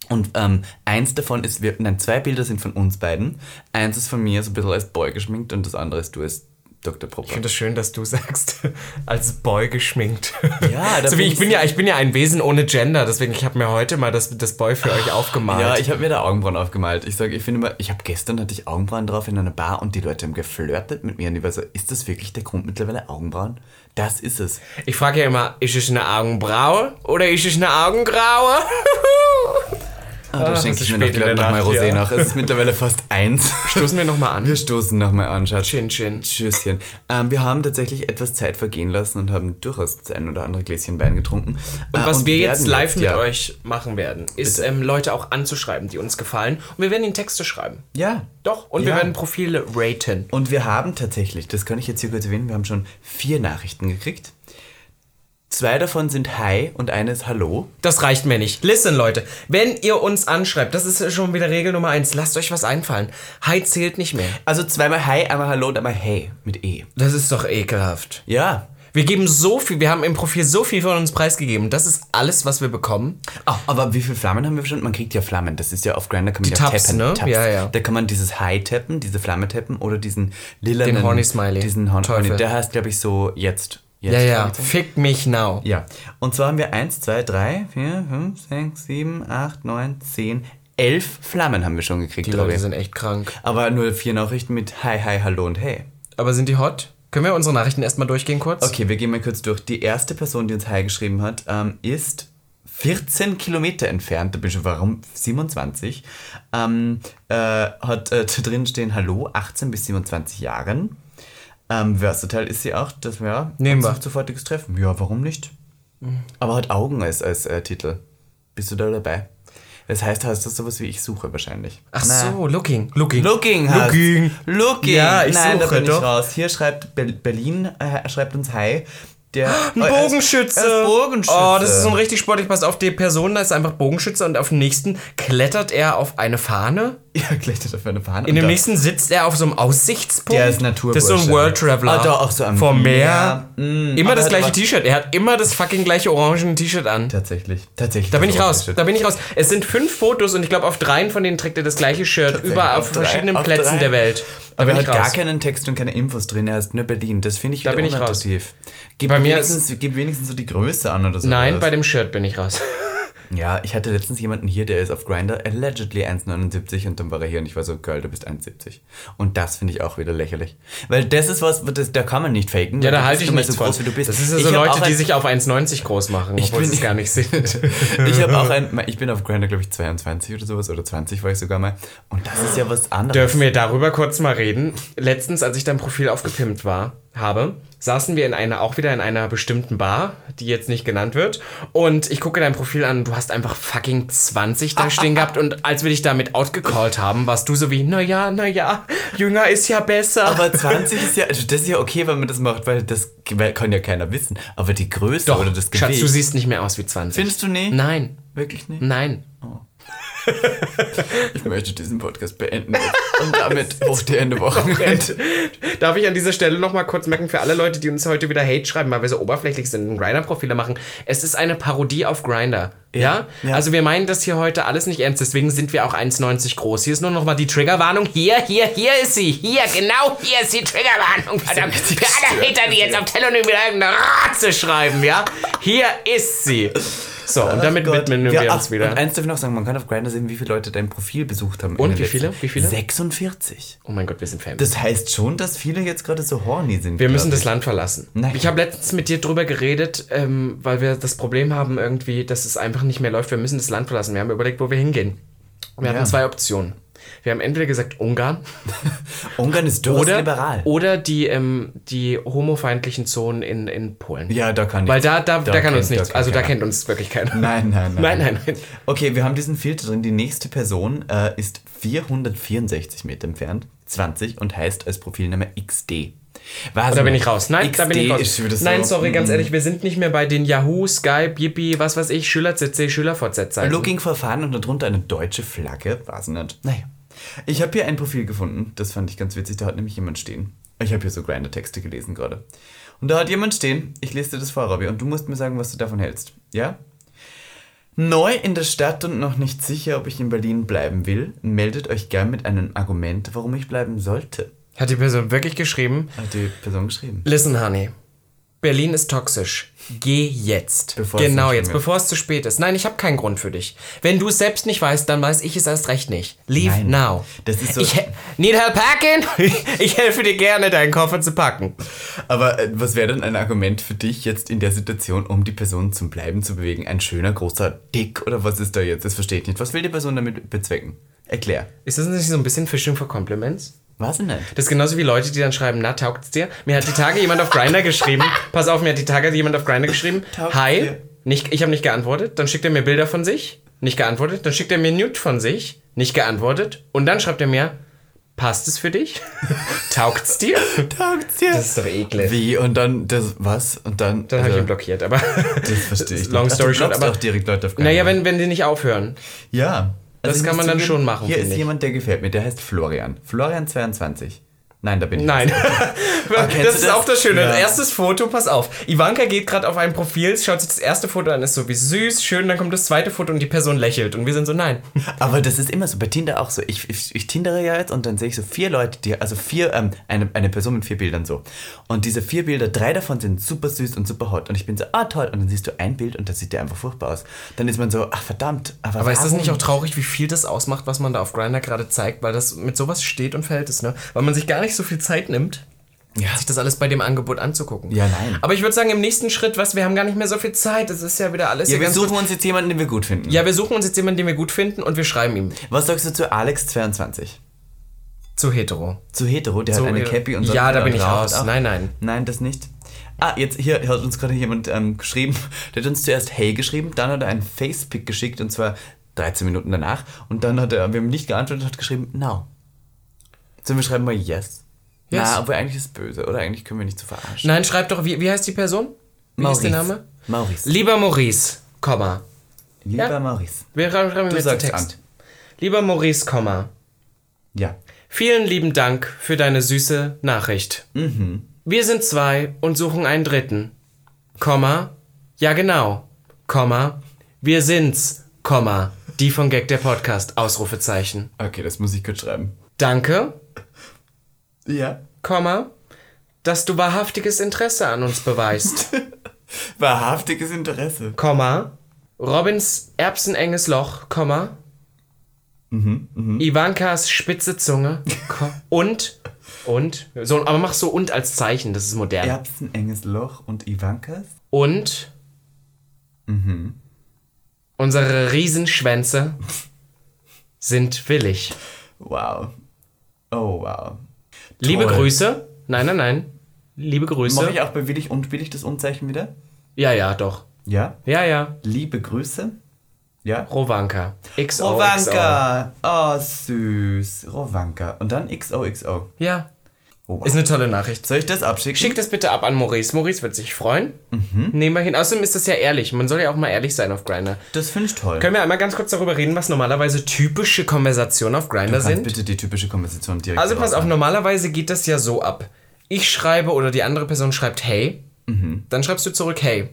S2: Und ähm, eins davon ist, wir, nein, zwei Bilder sind von uns beiden. Eins ist von mir so ein bisschen als Boy geschminkt und das andere ist du als
S1: Ich
S2: Dr. Popper.
S1: finde es schön, dass du [laughs] sagst, als Boy geschminkt.
S2: Ja, da
S1: so wie
S2: bin
S1: ich bin ja, ich bin ja ein Wesen ohne Gender, deswegen ich habe mir heute mal das, das Boy für euch aufgemalt.
S2: Ah, Ja, ich habe mir da Augenbrauen aufgemalt. Ich sage, ich finde immer, ich habe gestern hatte ich Augenbrauen drauf in einer Bar und die Leute haben geflirtet mit mir und ich war so, ist das wirklich der Grund mittlerweile Augenbrauen? Das ist es.
S1: Ich frage ja immer, ist es eine Augenbraue oder ist es eine Augengraue? [laughs]
S2: Ah, da
S1: Ah,
S2: schenke
S1: es
S2: ich
S1: ist
S2: mir noch
S1: spät in der
S2: gleich nochmal
S1: Nacht,
S2: Rosé
S1: ja.
S2: nach. Es ist mittlerweile fast
S1: [laughs]
S2: eins.
S1: Stoßen wir nochmal an.
S2: Wir stoßen nochmal an, Schatz.
S1: Chin, chin.
S2: Tschüsschen. Ähm, wir haben tatsächlich etwas Zeit vergehen lassen und haben durchaus das ein oder andere Gläschen Wein getrunken. Äh,
S1: Und was wir jetzt live mit
S2: ja.
S1: euch machen werden, ist ähm, Leute auch anzuschreiben, die uns gefallen. Und wir werden ihnen Texte schreiben.
S2: Ja.
S1: Doch. Und wir
S2: Ja.
S1: werden Profile raten.
S2: Und wir haben tatsächlich, das kann ich jetzt hier kurz erwähnen, wir haben schon vier Nachrichten gekriegt. Zwei davon sind Hi und eine ist Hallo.
S1: Das reicht mir nicht. Listen, Leute. Wenn ihr uns anschreibt, das ist schon wieder Regel Nummer eins. Lasst euch was einfallen. Hi zählt nicht mehr.
S2: Also zweimal Hi, einmal Hallo und einmal Hey mit E.
S1: Das ist doch ekelhaft.
S2: Ja.
S1: Wir geben so viel, wir haben im Profil so viel von uns preisgegeben. Das ist alles, was wir bekommen.
S2: Ah, aber wie viele Flammen haben wir schon? Man kriegt ja Flammen. Das ist ja auf Grinder kann man ja
S1: Tabs,
S2: tappen.
S1: ne?
S2: Tabs.
S1: Ja, ja.
S2: Da kann man dieses High tappen, diese Flamme tappen oder diesen lila
S1: Den Horny Smiley.
S2: Diesen Horn
S1: Teufel.
S2: Horny. Der heißt, glaube ich, so jetzt. jetzt
S1: Ja, ja.
S2: Fragezeichen.
S1: Fick mich now.
S2: Ja. Und zwar haben wir 1, 2, 3, 4, 5, 6, 7, 8, 9, 10, 11 Flammen haben wir schon gekriegt,
S1: Die
S2: glaube
S1: Leute
S2: ich.
S1: sind echt krank.
S2: Aber nur vier Nachrichten mit Hi, Hi, Hallo und Hey.
S1: Aber sind die hot? Können wir unsere Nachrichten erstmal durchgehen kurz?
S2: Okay, wir gehen mal kurz durch. Die erste Person, die uns Hi geschrieben hat, ähm, ist 14 Kilometer entfernt. Da bin ich schon, warum 27? Ähm, äh, hat äh, da drin stehen Hallo, 18 bis 27 Jahren. Ähm, versatile ist sie auch. Das wäre
S1: Nehmen wir.
S2: sofortiges Treffen. Ja, warum nicht? Aber hat Augen als, als äh, Titel. Bist du da dabei? Das heißt, hast du sowas wie ich suche wahrscheinlich.
S1: Ach
S2: Na.
S1: so, looking. Looking.
S2: Looking halt. hast.
S1: Looking.
S2: Looking.
S1: Ja, ich
S2: Nein, da
S1: suche
S2: bin ich
S1: doch.
S2: raus. Hier schreibt Ber- Berlin, äh, schreibt uns Hi. Der,
S1: Ah, Ein
S2: Oh, er ist-
S1: Bogenschütze.
S2: Er ist Bogenschütze.
S1: Oh, das ist so ein richtig sportlich. Passt auf die Person, da ist einfach Bogenschütze und auf dem nächsten klettert er auf eine Fahne.
S2: [laughs] Ja, klettert auf eine Fahne.
S1: In dem nächsten sitzt er auf so einem Aussichtspunkt.
S2: Der ist Naturbursche.
S1: Das ist so ein World Traveler.
S2: Ah, doch, auch so am
S1: Vom Meer.
S2: Meer. Mm,
S1: immer
S2: aber
S1: das
S2: hat
S1: gleiche
S2: aber-
S1: T-Shirt. Er hat immer das fucking gleiche orangene T-Shirt an.
S2: Tatsächlich. Tatsächlich. Also
S1: Da bin ich raus. Da bin ich raus. Es sind fünf Fotos und ich glaube, auf dreien von denen trägt er das gleiche Shirt. Überall auf
S2: Auf drei,
S1: verschiedenen
S2: auf
S1: Plätzen
S2: drei.
S1: der Welt. Da
S2: aber
S1: bin
S2: er hat
S1: ich raus.
S2: gar keinen Text und keine Infos drin, er ist nur Berlin. Das finde ich wieder
S1: bin ich raus.
S2: unattraktiv. Gib,
S1: Bei mir
S2: wenigstens, gib wenigstens so die Größe an oder so.
S1: Nein,
S2: Oder
S1: bei dem Shirt bin ich raus.
S2: Ja, ich hatte letztens jemanden hier, der ist auf Grinder allegedly 1,79 und dann war er hier und ich war so, Girl, du bist 1,70. Und das finde ich auch wieder lächerlich. Weil das ist was, das, da kann man nicht faken.
S1: Ja,
S2: weil
S1: da
S2: du
S1: halte
S2: bist
S1: ich
S2: nun mal
S1: nichts
S2: so groß,
S1: von.
S2: wie du bist.
S1: Das sind ja
S2: Ich
S1: so
S2: hab
S1: Leute,
S2: auch
S1: die
S2: ein-
S1: sich auf 1,90 groß machen, obwohl
S2: bin-
S1: sie es gar nicht sind.
S2: Ich habe auch ein, ich bin auf Grinder, glaube ich, 22 oder sowas oder 20 war ich sogar mal. Und das ist ja was anderes.
S1: Dürfen wir darüber kurz mal reden? Letztens, als ich dein Profil aufgepimpt war, habe, saßen wir in einer, auch wieder in einer bestimmten Bar, die jetzt nicht genannt wird. Und ich gucke dein Profil an, du hast einfach fucking 20 da stehen gehabt. Und als wir dich damit outgecallt haben, warst du so wie, naja, naja, jünger ist ja besser.
S2: aber 20 ist ja, also das ist ja okay, wenn man das macht, weil das weil kann ja keiner wissen. Aber die Größe
S1: Doch,
S2: oder das Gewicht.
S1: Schatz, du siehst nicht mehr aus wie 20.
S2: findest du nicht?
S1: Nein,
S2: Wirklich nicht?
S1: nein.
S2: Ich möchte diesen Podcast beenden. Und damit auf die
S1: [laughs]
S2: Ende Wochenende.
S1: Darf ich an dieser Stelle nochmal kurz merken, für alle Leute, die uns heute wieder Hate schreiben, weil wir so oberflächlich sind und Grinder-Profile machen, es ist eine Parodie auf Grinder. Ja,
S2: ja.
S1: Also wir meinen das hier heute alles nicht ernst, deswegen sind wir auch 1,90 groß. Hier ist nur nochmal die Triggerwarnung. Hier, hier, hier ist sie. Hier, genau hier ist die Triggerwarnung. Verdammt. Für alle Hater, die jetzt auf Telonym wieder irgendeine Ratze schreiben, ja. Hier ist sie. So, und damit
S2: Gott.
S1: widmen wir
S2: Ja, ach,
S1: uns wieder.
S2: Und eins darf ich noch sagen, man kann auf Grindr sehen, wie viele Leute dein Profil besucht haben. in
S1: Und
S2: den
S1: wie viele?
S2: letzten-
S1: Wie viele?
S2: 46.
S1: Oh mein Gott, wir sind Fans.
S2: Das heißt schon, dass viele jetzt gerade so horny sind.
S1: Wir müssen
S2: glaub
S1: das Land verlassen.
S2: Nein.
S1: Ich habe letztens mit dir drüber geredet, ähm, weil wir das Problem haben irgendwie, dass es einfach nicht mehr läuft. Wir müssen das Land verlassen. Wir haben überlegt, wo wir hingehen. Wir hatten
S2: Ja.
S1: zwei Optionen. Wir haben entweder gesagt Ungarn
S2: Ungarn ist durchaus
S1: oder, Oh.
S2: liberal.
S1: oder die, ähm, die homofeindlichen Zonen in, in Polen.
S2: Ja, da kann ich.
S1: Weil da, da, da, kann uns nichts, also da
S2: kennt.
S1: kennt uns wirklich keiner.
S2: Nein, nein, nein.
S1: [laughs] Nein, nein, nein.
S2: Okay, wir haben diesen Filter drin. Die nächste Person äh, ist 464 Meter entfernt, 20 und heißt als Profilname XD. Was
S1: Da bin ich raus. Nein, da bin ich raus.
S2: Ist wieder so,
S1: Nein, sorry, ganz
S2: mm,
S1: ehrlich, wir sind nicht mehr bei den Yahoo, Skype, Yippie, was weiß ich, Schüler CC, Schüler VZ Zeiten.
S2: Looking verfahren und darunter eine deutsche Flagge. Was nicht? Naja. Ich habe hier ein Profil gefunden. Das fand ich ganz witzig. Da hat nämlich jemand stehen. Ich habe hier so grinder Texte gelesen gerade. Und da hat jemand stehen. Ich lese dir das vor, Robby. Und du musst mir sagen, was du davon hältst. Ja? Neu in der Stadt und noch nicht sicher, ob ich in Berlin bleiben will, meldet euch gern mit einem Argument, warum ich bleiben sollte.
S1: Hat die Person wirklich geschrieben?
S2: Hat die Person geschrieben.
S1: Listen, honey. Berlin ist toxisch. Geh jetzt.
S2: Bevor es
S1: genau
S2: nicht
S1: jetzt,
S2: schon
S1: bevor es zu spät ist. Nein, ich habe keinen Grund für dich. Wenn du es selbst nicht weißt, dann weiß ich es erst recht nicht. Leave
S2: Nein.
S1: now.
S2: Das ist so-
S1: Ich he- need help
S2: [laughs]
S1: packing? ich helfe dir gerne, deinen Koffer zu packen.
S2: Aber äh, was wäre denn ein Argument für dich jetzt in der Situation, um die Person zum Bleiben zu bewegen? Ein schöner, großer Dick oder was ist da jetzt? Das verstehe ich nicht. Was will die Person damit bezwecken? Erklär.
S1: Ist das nicht so ein bisschen Fishing for Compliments?
S2: Was denn halt? nicht?
S1: Das ist genauso wie Leute, die dann schreiben, na, taugt's dir? Mir hat die Tage jemand auf Grinder
S2: [laughs]
S1: geschrieben. Pass auf, mir hat die Tage jemand auf Grinder geschrieben.
S2: Taugt's
S1: Hi,
S2: dir?
S1: nicht, ich habe nicht geantwortet. Dann schickt er mir Bilder von sich, nicht geantwortet. Dann schickt er mir Nude von sich, nicht geantwortet. Und dann schreibt er mir, passt es für
S2: [laughs]
S1: dich? taugt's dir?
S2: Tagt's dir?
S1: Das ist doch eklig.
S2: Wie? Und dann das, was? Und dann. also,
S1: Dann habe ich ihn blockiert, aber. [laughs]
S2: Das verstehe ich.
S1: Long
S2: nicht. Ach,
S1: story
S2: du
S1: short,
S2: blockst
S1: aber-
S2: auch direkt Leute auf keinen
S1: Naja,
S2: Fall.
S1: wenn, wenn die nicht aufhören.
S2: Ja.
S1: Das
S2: ich
S1: kann
S2: muss
S1: man dann
S2: zugeben,
S1: schon machen,
S2: Hier
S1: finde
S2: ist
S1: ich.
S2: jemand, der gefällt mir. Der heißt Florian. Florian22. Nein, da bin ich. [laughs]
S1: Nein.
S2: kennst
S1: das
S2: du
S1: ist
S2: das?
S1: auch das Schöne.
S2: Ja.
S1: Erstes Foto, pass auf. Ivanka geht gerade auf ein Profil, schaut sich das erste Foto an, ist so wie süß, schön, dann kommt das zweite Foto und die Person lächelt. Und wir sind so, nein.
S2: Aber das ist immer so, bei Tinder auch so. Ich, ich, ich tindere ja jetzt und dann sehe ich so vier Leute, die, also vier, ähm, eine, eine Person mit vier Bildern so. Und diese vier Bilder, drei davon sind super süß und super hot. Und ich bin so, ah toll. Und dann siehst du ein Bild und das sieht dir einfach furchtbar aus. Dann ist man so, ach verdammt. Aber,
S1: Aber ist das
S2: warum?
S1: nicht auch traurig, wie viel das ausmacht, was man da auf Grinder gerade zeigt, weil das mit sowas steht und fällt es, ne? Weil man sich gar nicht so viel Zeit nimmt.
S2: Ja.
S1: sich das alles bei dem Angebot anzugucken.
S2: Ja, nein.
S1: Aber ich würde sagen, im nächsten Schritt, was wir haben gar nicht mehr so viel Zeit. Es ist ja wieder alles
S2: Ja,
S1: hier
S2: wir
S1: ganz
S2: suchen uns jetzt jemanden, den wir gut finden.
S1: ja, wir suchen uns jetzt jemanden, den wir gut finden und wir schreiben ihm
S2: Was sagst du zu Alex22?
S1: zu hetero.
S2: Zu hetero, der
S1: Zu
S2: hat eine
S1: hetero.
S2: Cappy und so.
S1: Ja, da bin ich
S2: raucht
S1: raus. Nein, nein.
S2: Nein, das nicht. Ah, jetzt hier hat uns gerade jemand ähm, geschrieben. [laughs] Der hat uns zuerst Hey geschrieben, dann hat er einen Facepick geschickt und zwar 13 Minuten danach. Und dann hat er, wir haben nicht geantwortet, hat geschrieben No. Sollen wir schreiben mal Yes?
S1: Yes.
S2: Na, obwohl eigentlich ist es böse, oder? Eigentlich können wir nicht zu so verarschen.
S1: Nein, schreib doch, wie, wie heißt die Person? Wie ist der Name?
S2: Maurice.
S1: Lieber Maurice, Komma.
S2: Lieber
S1: Ja.
S2: Maurice.
S1: Wir schreiben schreiben
S2: Du
S1: jetzt den
S2: sagst
S1: Text.
S2: an.
S1: Lieber Maurice, Komma.
S2: Ja.
S1: Vielen lieben Dank für deine süße Nachricht. Wir sind zwei und suchen einen dritten. Komma. Ja, genau. Komma. Wir sind's. Komma. Die von Gag der Podcast. Ausrufezeichen.
S2: Okay, das muss ich kurz schreiben.
S1: Danke.
S2: Ja.
S1: Komma. Dass du wahrhaftiges Interesse an uns beweist.
S2: Wahrhaftiges Interesse.
S1: Komma. Robins erbsenenges Loch. Komma. Ivankas spitze Zunge. Ko und. Und. So, aber mach so und als Zeichen. Das ist modern.
S2: Erbsenenges Loch und Ivankas?
S1: und unsere Riesenschwänze sind willig.
S2: Wow. Oh, wow.
S1: Liebe
S2: Toll.
S1: Grüße. Nein, nein, nein. Liebe
S2: Mache
S1: Grüße.
S2: ich auch bei willig und billig das Umzeichen wieder?
S1: Ja, ja, doch.
S2: Ja.
S1: Ja, ja.
S2: Liebe Grüße. Ja.
S1: Rovanka. XO,
S2: Rovanka. Oh, süß. Rovanka. Und dann XOXO.
S1: Ja.
S2: Oh, Wow.
S1: Ist eine tolle Nachricht.
S2: Soll ich das abschicken?
S1: Schick das bitte ab an Maurice. Maurice wird sich freuen.
S2: Mhm.
S1: Nehmen wir hin. Außerdem ist das ja ehrlich. Man soll ja auch mal ehrlich sein auf Grindr.
S2: Das finde ich toll.
S1: Können wir einmal ganz kurz darüber reden, was normalerweise typische Konversationen auf Grindr
S2: Kannst
S1: sind?
S2: bitte die typische Konversation direkt
S1: Also pass auf,
S2: raushauen.
S1: normalerweise geht das ja so ab. Ich schreibe oder die andere Person schreibt hey. Dann schreibst du zurück hey.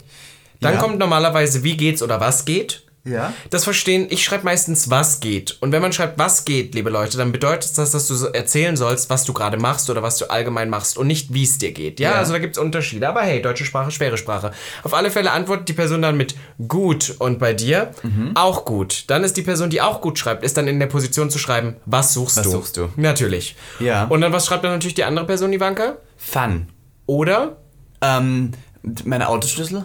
S1: Dann
S2: Ja.
S1: kommt normalerweise wie geht's oder was geht.
S2: Ja.
S1: Das verstehen, ich schreibe meistens was geht. Und wenn man schreibt was geht, liebe Leute, dann bedeutet das, dass du so erzählen sollst, was du gerade machst oder was du allgemein machst und nicht wie es dir geht. Ja,
S2: Ja.
S1: also da gibt's Unterschiede. Aber hey, deutsche Sprache, schwere Sprache. Auf alle Fälle antwortet die Person dann mit gut und bei dir
S2: Mhm.
S1: auch gut. Dann ist die Person, die auch gut schreibt, ist dann in der Position zu schreiben, was suchst du?
S2: suchst du?
S1: Natürlich.
S2: Ja.
S1: Und dann, was schreibt dann natürlich die andere Person, Ivanka?
S2: Fun.
S1: Oder?
S2: Ähm, meine Autoschlüssel?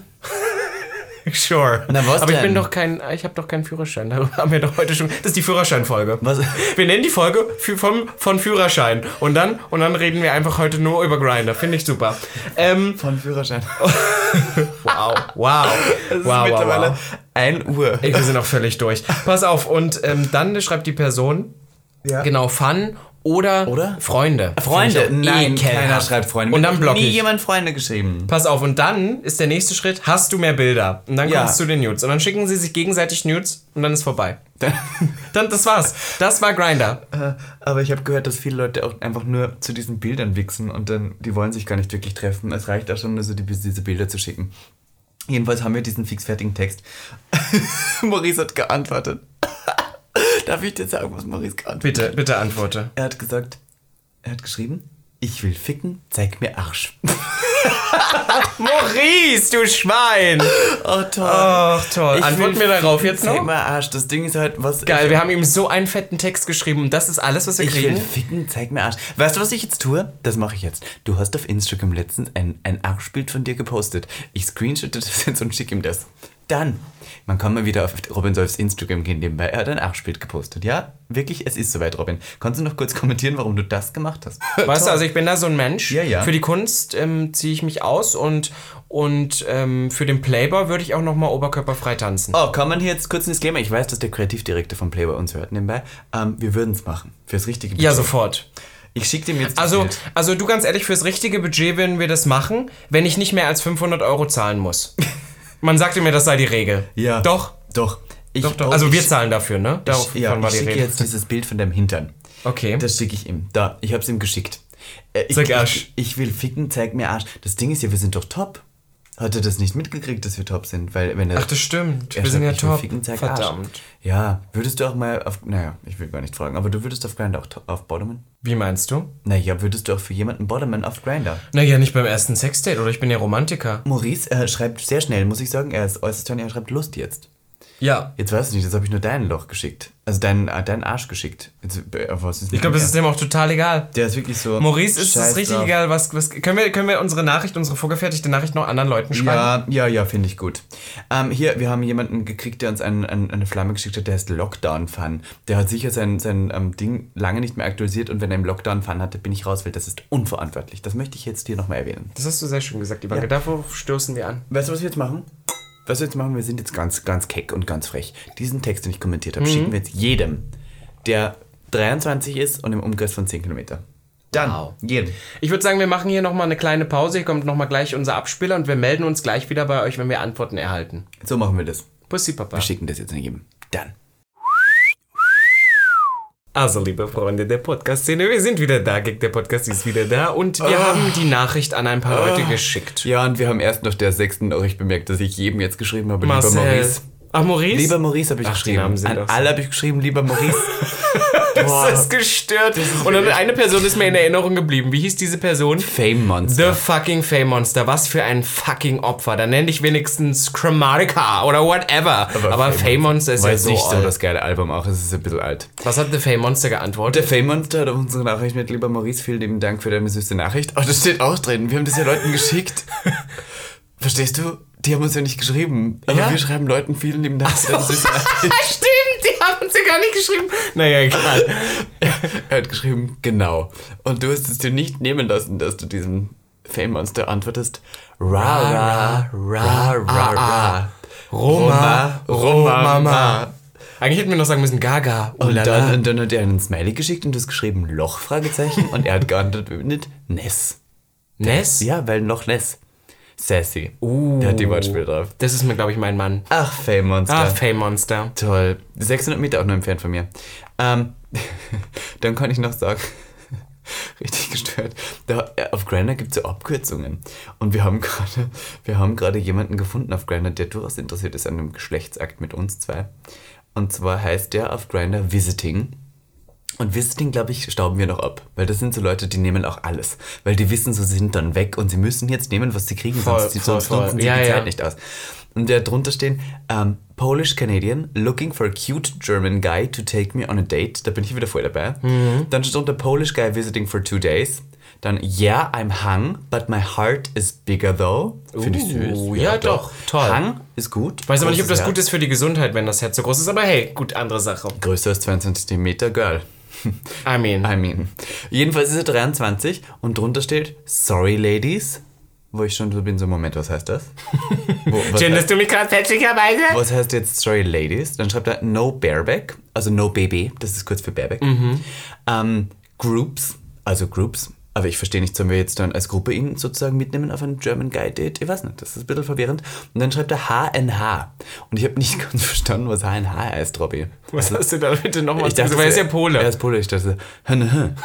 S1: Sure.
S2: Na, was
S1: Aber ich bin
S2: denn?
S1: doch kein, ich habe doch keinen Führerschein. Darüber haben wir doch heute schon. Das ist die Führerscheinfolge.
S2: Was?
S1: Wir nennen die Folge Fü- vom, von Führerschein. Und dann, und dann reden wir einfach heute nur über Grinder. Finde ich super. Ähm, [laughs]
S2: Von Führerschein.
S1: wow, wow.
S2: Das ist
S1: wow, wow,
S2: [laughs] mittlerweile
S1: wow.
S2: 1 Uhr.
S1: Ey, wir sind auch völlig durch. Pass auf, und ähm, dann schreibt die Person,
S2: Ja.
S1: genau, Fun oder,
S2: Oder?
S1: Freunde.
S2: Freunde?
S1: Finde ich auch
S2: Nein,
S1: ekelhaft.
S2: keiner schreibt Freunde.
S1: Und dann block
S2: Nie
S1: ich.
S2: jemand Freunde geschrieben.
S1: Pass auf, und dann ist der nächste Schritt, hast du mehr Bilder? Und dann
S2: Ja.
S1: kommst du den Nudes. Und dann schicken sie sich gegenseitig Nudes und dann ist vorbei. [laughs] Dann, das war's. Das war Grinder.
S2: Äh, Aber ich habe gehört, dass viele Leute auch einfach nur zu diesen Bildern wichsen und dann, die wollen sich gar nicht wirklich treffen. Es reicht auch schon, nur so die, diese Bilder zu schicken. Jedenfalls haben wir diesen fixfertigen Text. [laughs] Maurice hat geantwortet. [laughs] Darf ich dir sagen, was Maurice geantwortet hat?
S1: Bitte, bitte antworte.
S2: Er hat gesagt, er hat geschrieben, ich will ficken, zeig mir Arsch.
S1: Maurice, du Schwein!
S2: Oh toll.
S1: Ach toll.
S2: Ich
S1: Antworten
S2: will
S1: wir darauf
S2: ficken,
S1: jetzt
S2: Zeig
S1: noch?
S2: mir Arsch. Das Ding ist halt, was...
S1: Geil, wir haben ihm so einen fetten Text geschrieben und das ist alles, was wir
S2: Ich will
S1: kriegen.
S2: ficken, zeig mir Arsch. Weißt du, was ich jetzt tue? Das mache ich jetzt. Du hast auf Instagram letztens ein, ein Arschbild von dir gepostet. Ich screenshotte das jetzt und schicke ihm das. Dann, man kann mal wieder auf Robin Solfs Instagram gehen nebenbei. Er hat ein Arschbild gepostet. Ja, wirklich, es ist soweit, Robin. Kannst du noch kurz kommentieren, warum du das
S1: [laughs]
S2: gemacht hast?
S1: Weißt du, also ich bin da so ein Mensch.
S2: Ja, ja.
S1: Für die Kunst ähm, ziehe ich mich aus und, und ähm, für den Playboy würde ich auch nochmal oberkörperfrei tanzen.
S2: Oh, kann man hier jetzt kurz ein Disclaimer? Ich weiß, dass der Kreativdirektor von Playboy uns hört nebenbei. Ähm, wir würden es machen. Fürs richtige
S1: Ja,
S2: Budget.
S1: sofort.
S2: Ich schicke dem jetzt das
S1: Also,
S2: Bild.
S1: also du ganz ehrlich, fürs richtige Budget würden wir das machen, wenn ich nicht mehr als 500 Euro zahlen
S2: [laughs]
S1: muss. Man sagte mir, das sei die Regel.
S2: Ja.
S1: Doch.
S2: Doch. Ich,
S1: Doch, doch.
S2: oh,
S1: Also wir
S2: ich-
S1: zahlen dafür, ne? Darauf
S2: Ja,
S1: war
S2: ich
S1: die
S2: schicke
S1: Rede.
S2: jetzt dieses Bild von deinem Hintern.
S1: Okay.
S2: Das schicke ich ihm. Da, ich hab's ihm geschickt. Äh, ich,
S1: Zeig Arsch.
S2: Ich, ich will ficken, zeig mir Arsch. Das Ding ist ja, wir sind doch top. Hat er das nicht mitgekriegt, dass wir top sind? Weil, wenn er,
S1: Ach, das stimmt.
S2: er
S1: wir sind ja
S2: schreibt, ich will
S1: top.
S2: Ficken, zeig Verdammt. Arsch.
S1: Verdammt.
S2: Ja, würdest du auch mal auf. Naja, ich will gar nicht fragen, aber du würdest auf Grinder auch to- auf Bottomen?
S1: Wie meinst du?
S2: Naja, würdest du auch für jemanden Bottomen auf Grinder?
S1: Naja, nicht beim ersten Sexdate, oder? Ich bin ja Romantiker.
S2: Maurice äh, schreibt sehr schnell, muss ich sagen. Er ist äußerst schnell, er schreibt Lust jetzt.
S1: Ja.
S2: Jetzt weiß ich nicht, jetzt habe ich nur deinen Loch geschickt. Also deinen, äh, deinen Arsch geschickt. Jetzt, äh, was ist
S1: Ich glaube, das ist dem auch total egal.
S2: Der ist wirklich so.
S1: Maurice ist
S2: scheiß
S1: es richtig
S2: drauf.
S1: egal, was, was können, wir, können wir unsere Nachricht, unsere vorgefertigte Nachricht noch anderen Leuten schreiben?
S2: Ja, ja, ja, finde ich gut. Ähm, hier, wir haben jemanden gekriegt, der uns einen, einen, eine Flamme geschickt hat, der heißt Lockdown-Fun. Der hat sicher sein, sein ähm, Ding lange nicht mehr aktualisiert und wenn er einen Lockdown-Fun hatte, bin ich raus, weil das ist unverantwortlich. Das möchte ich jetzt hier nochmal erwähnen.
S1: Das hast du sehr schön gesagt, Ivanka. Davor stoßen wir an.
S2: Weißt du, was wir jetzt machen? Weißt du, was wir jetzt machen? Wir sind jetzt ganz, ganz keck und ganz frech. Diesen Text, den ich kommentiert habe, schicken wir jetzt jedem, der 23 ist und im Umkreis von 10 Kilometer. Dann,
S1: Wow.
S2: jedem.
S1: Ich würde sagen, wir machen hier nochmal eine kleine Pause. Hier kommt nochmal gleich unser Abspieler und wir melden uns gleich wieder bei euch, wenn wir Antworten erhalten.
S2: So machen wir das.
S1: Pussy Papa.
S2: Wir schicken das jetzt an jedem. Dann.
S1: Also, liebe Freunde der Podcast-Szene, wir sind wieder da. Gag, der Podcast ist wieder da. Und wir haben die Nachricht an ein paar Leute geschickt.
S2: Ja, und wir haben erst nach der sechsten Nachricht bemerkt, dass ich jedem jetzt geschrieben habe,
S1: Marcel.
S2: lieber Maurice.
S1: Ach, Maurice?
S2: Lieber Maurice habe ich
S1: Ach, die Namen
S2: geschrieben.
S1: sind
S2: An
S1: doch so.
S2: alle habe ich geschrieben, lieber Maurice. Boah.
S1: Das ist gestört. und dann eine Person ist mir in Erinnerung geblieben. Wie hieß diese Person?
S2: [laughs] Fame Monster.
S1: The fucking Fame Monster. Was für ein fucking Opfer. Da nenne ich wenigstens Chromatica oder whatever. Aber, Fame Monster ist
S2: War
S1: ja
S2: jetzt
S1: so,
S2: nicht so
S1: alt.
S2: das geile Album auch, es ist ein bisschen alt.
S1: Was hat The Fame Monster geantwortet?
S2: Der Fame Monster hat auf unsere Nachricht mit lieber Maurice, vielen lieben Dank für deine süße Nachricht. Oh, das steht auch drin. Wir haben das ja
S1: [laughs]
S2: Leuten geschickt. Verstehst du? Die haben uns ja nicht geschrieben. Aber
S1: Ja?
S2: wir schreiben Leuten vielen lieben Dank für deine
S1: [laughs]
S2: süße Nachricht. [laughs]
S1: Stimmt, die haben uns ja gar nicht geschrieben. Naja, egal.
S2: Er hat geschrieben, genau. Und du hast es dir nicht nehmen lassen, dass du diesem Fame Monster antwortest. Ra, ra, ra, Ah, ra, ra.
S1: Ah, Roma,
S2: Roma,
S1: Roma. Eigentlich hätten wir noch sagen müssen Gaga.
S2: Und dann,
S1: ulala.
S2: ah. und dann hat er einen Smiley geschickt und du hast geschrieben Loch, Fragezeichen. und er hat geantwortet mit Ness.
S1: Ness?
S2: Ja, weil Loch Ness. Sassy. Der hat die Wortspiel drauf.
S1: Das ist mir, glaube ich, mein Mann.
S2: Ach, Fame Monster.
S1: Ah, Fame Monster.
S2: Toll. 600 Meter auch nur entfernt von mir. Ähm, [laughs] dann kann ich noch sagen, [laughs] richtig gestört, da, äh, auf Grindr gibt es ja Abkürzungen. Und wir haben [laughs] gerade wir haben gerade jemanden gefunden auf Grindr, der durchaus interessiert ist an einem Geschlechtsakt mit uns zwei. Und zwar heißt der auf Grindr Visiting. Und Visiting, glaube ich, stauben wir noch ab. Weil das sind so Leute, die nehmen auch alles. Weil die wissen, so sie sind dann weg und sie müssen jetzt nehmen, was sie kriegen,
S1: Voll,
S2: sonst,
S1: voll,
S2: sonst
S1: voll.
S2: nutzen sie
S1: Ja,
S2: die
S1: ja.
S2: Zeit nicht aus. Und da drunter stehen, ähm, Polish Canadian, looking for a cute German guy
S1: Mhm.
S2: to take me on a date. Da bin ich wieder voll dabei. Dann steht drunter, Polish guy visiting for two days. Dann Yeah, I'm hung, but my heart is bigger though. Finde ich
S1: Uh,
S2: süß.
S1: ja, doch, toll.
S2: Hung ist gut.
S1: Weiß aber nicht, ob
S2: Großes
S1: das gut
S2: Herz.
S1: ist für die Gesundheit, wenn das Herz so groß ist, aber hey, gut, andere Sache.
S2: Größer als 22 Zentimeter, Girl.
S1: I mean.
S2: I mean. Jedenfalls ist er 23 und drunter steht Sorry Ladies. Wo ich schon so bin, so Moment, was heißt
S1: [laughs]
S2: das? Wo, was,
S1: Schön,
S2: heißt,
S1: dass du mich gerade fälschlicherweise.
S2: was heißt jetzt Sorry Ladies? Dann schreibt er No Bareback, also No Baby, das ist kurz für Bareback.
S1: Mhm.
S2: Ähm, Groups, also Groups. Aber ich verstehe nicht, sollen wir jetzt dann als Gruppe ihn sozusagen mitnehmen auf ein German Guy Date? Ich weiß nicht, das ist ein bisschen verwirrend. Und dann schreibt er HNH. Und ich habe nicht [laughs] ganz verstanden, was HNH heißt, Robby.
S1: Was hast du da bitte nochmal?
S2: Ich dachte,
S1: weil er ist ja Pole.
S2: Er ist Pole, ich dachte, Henne,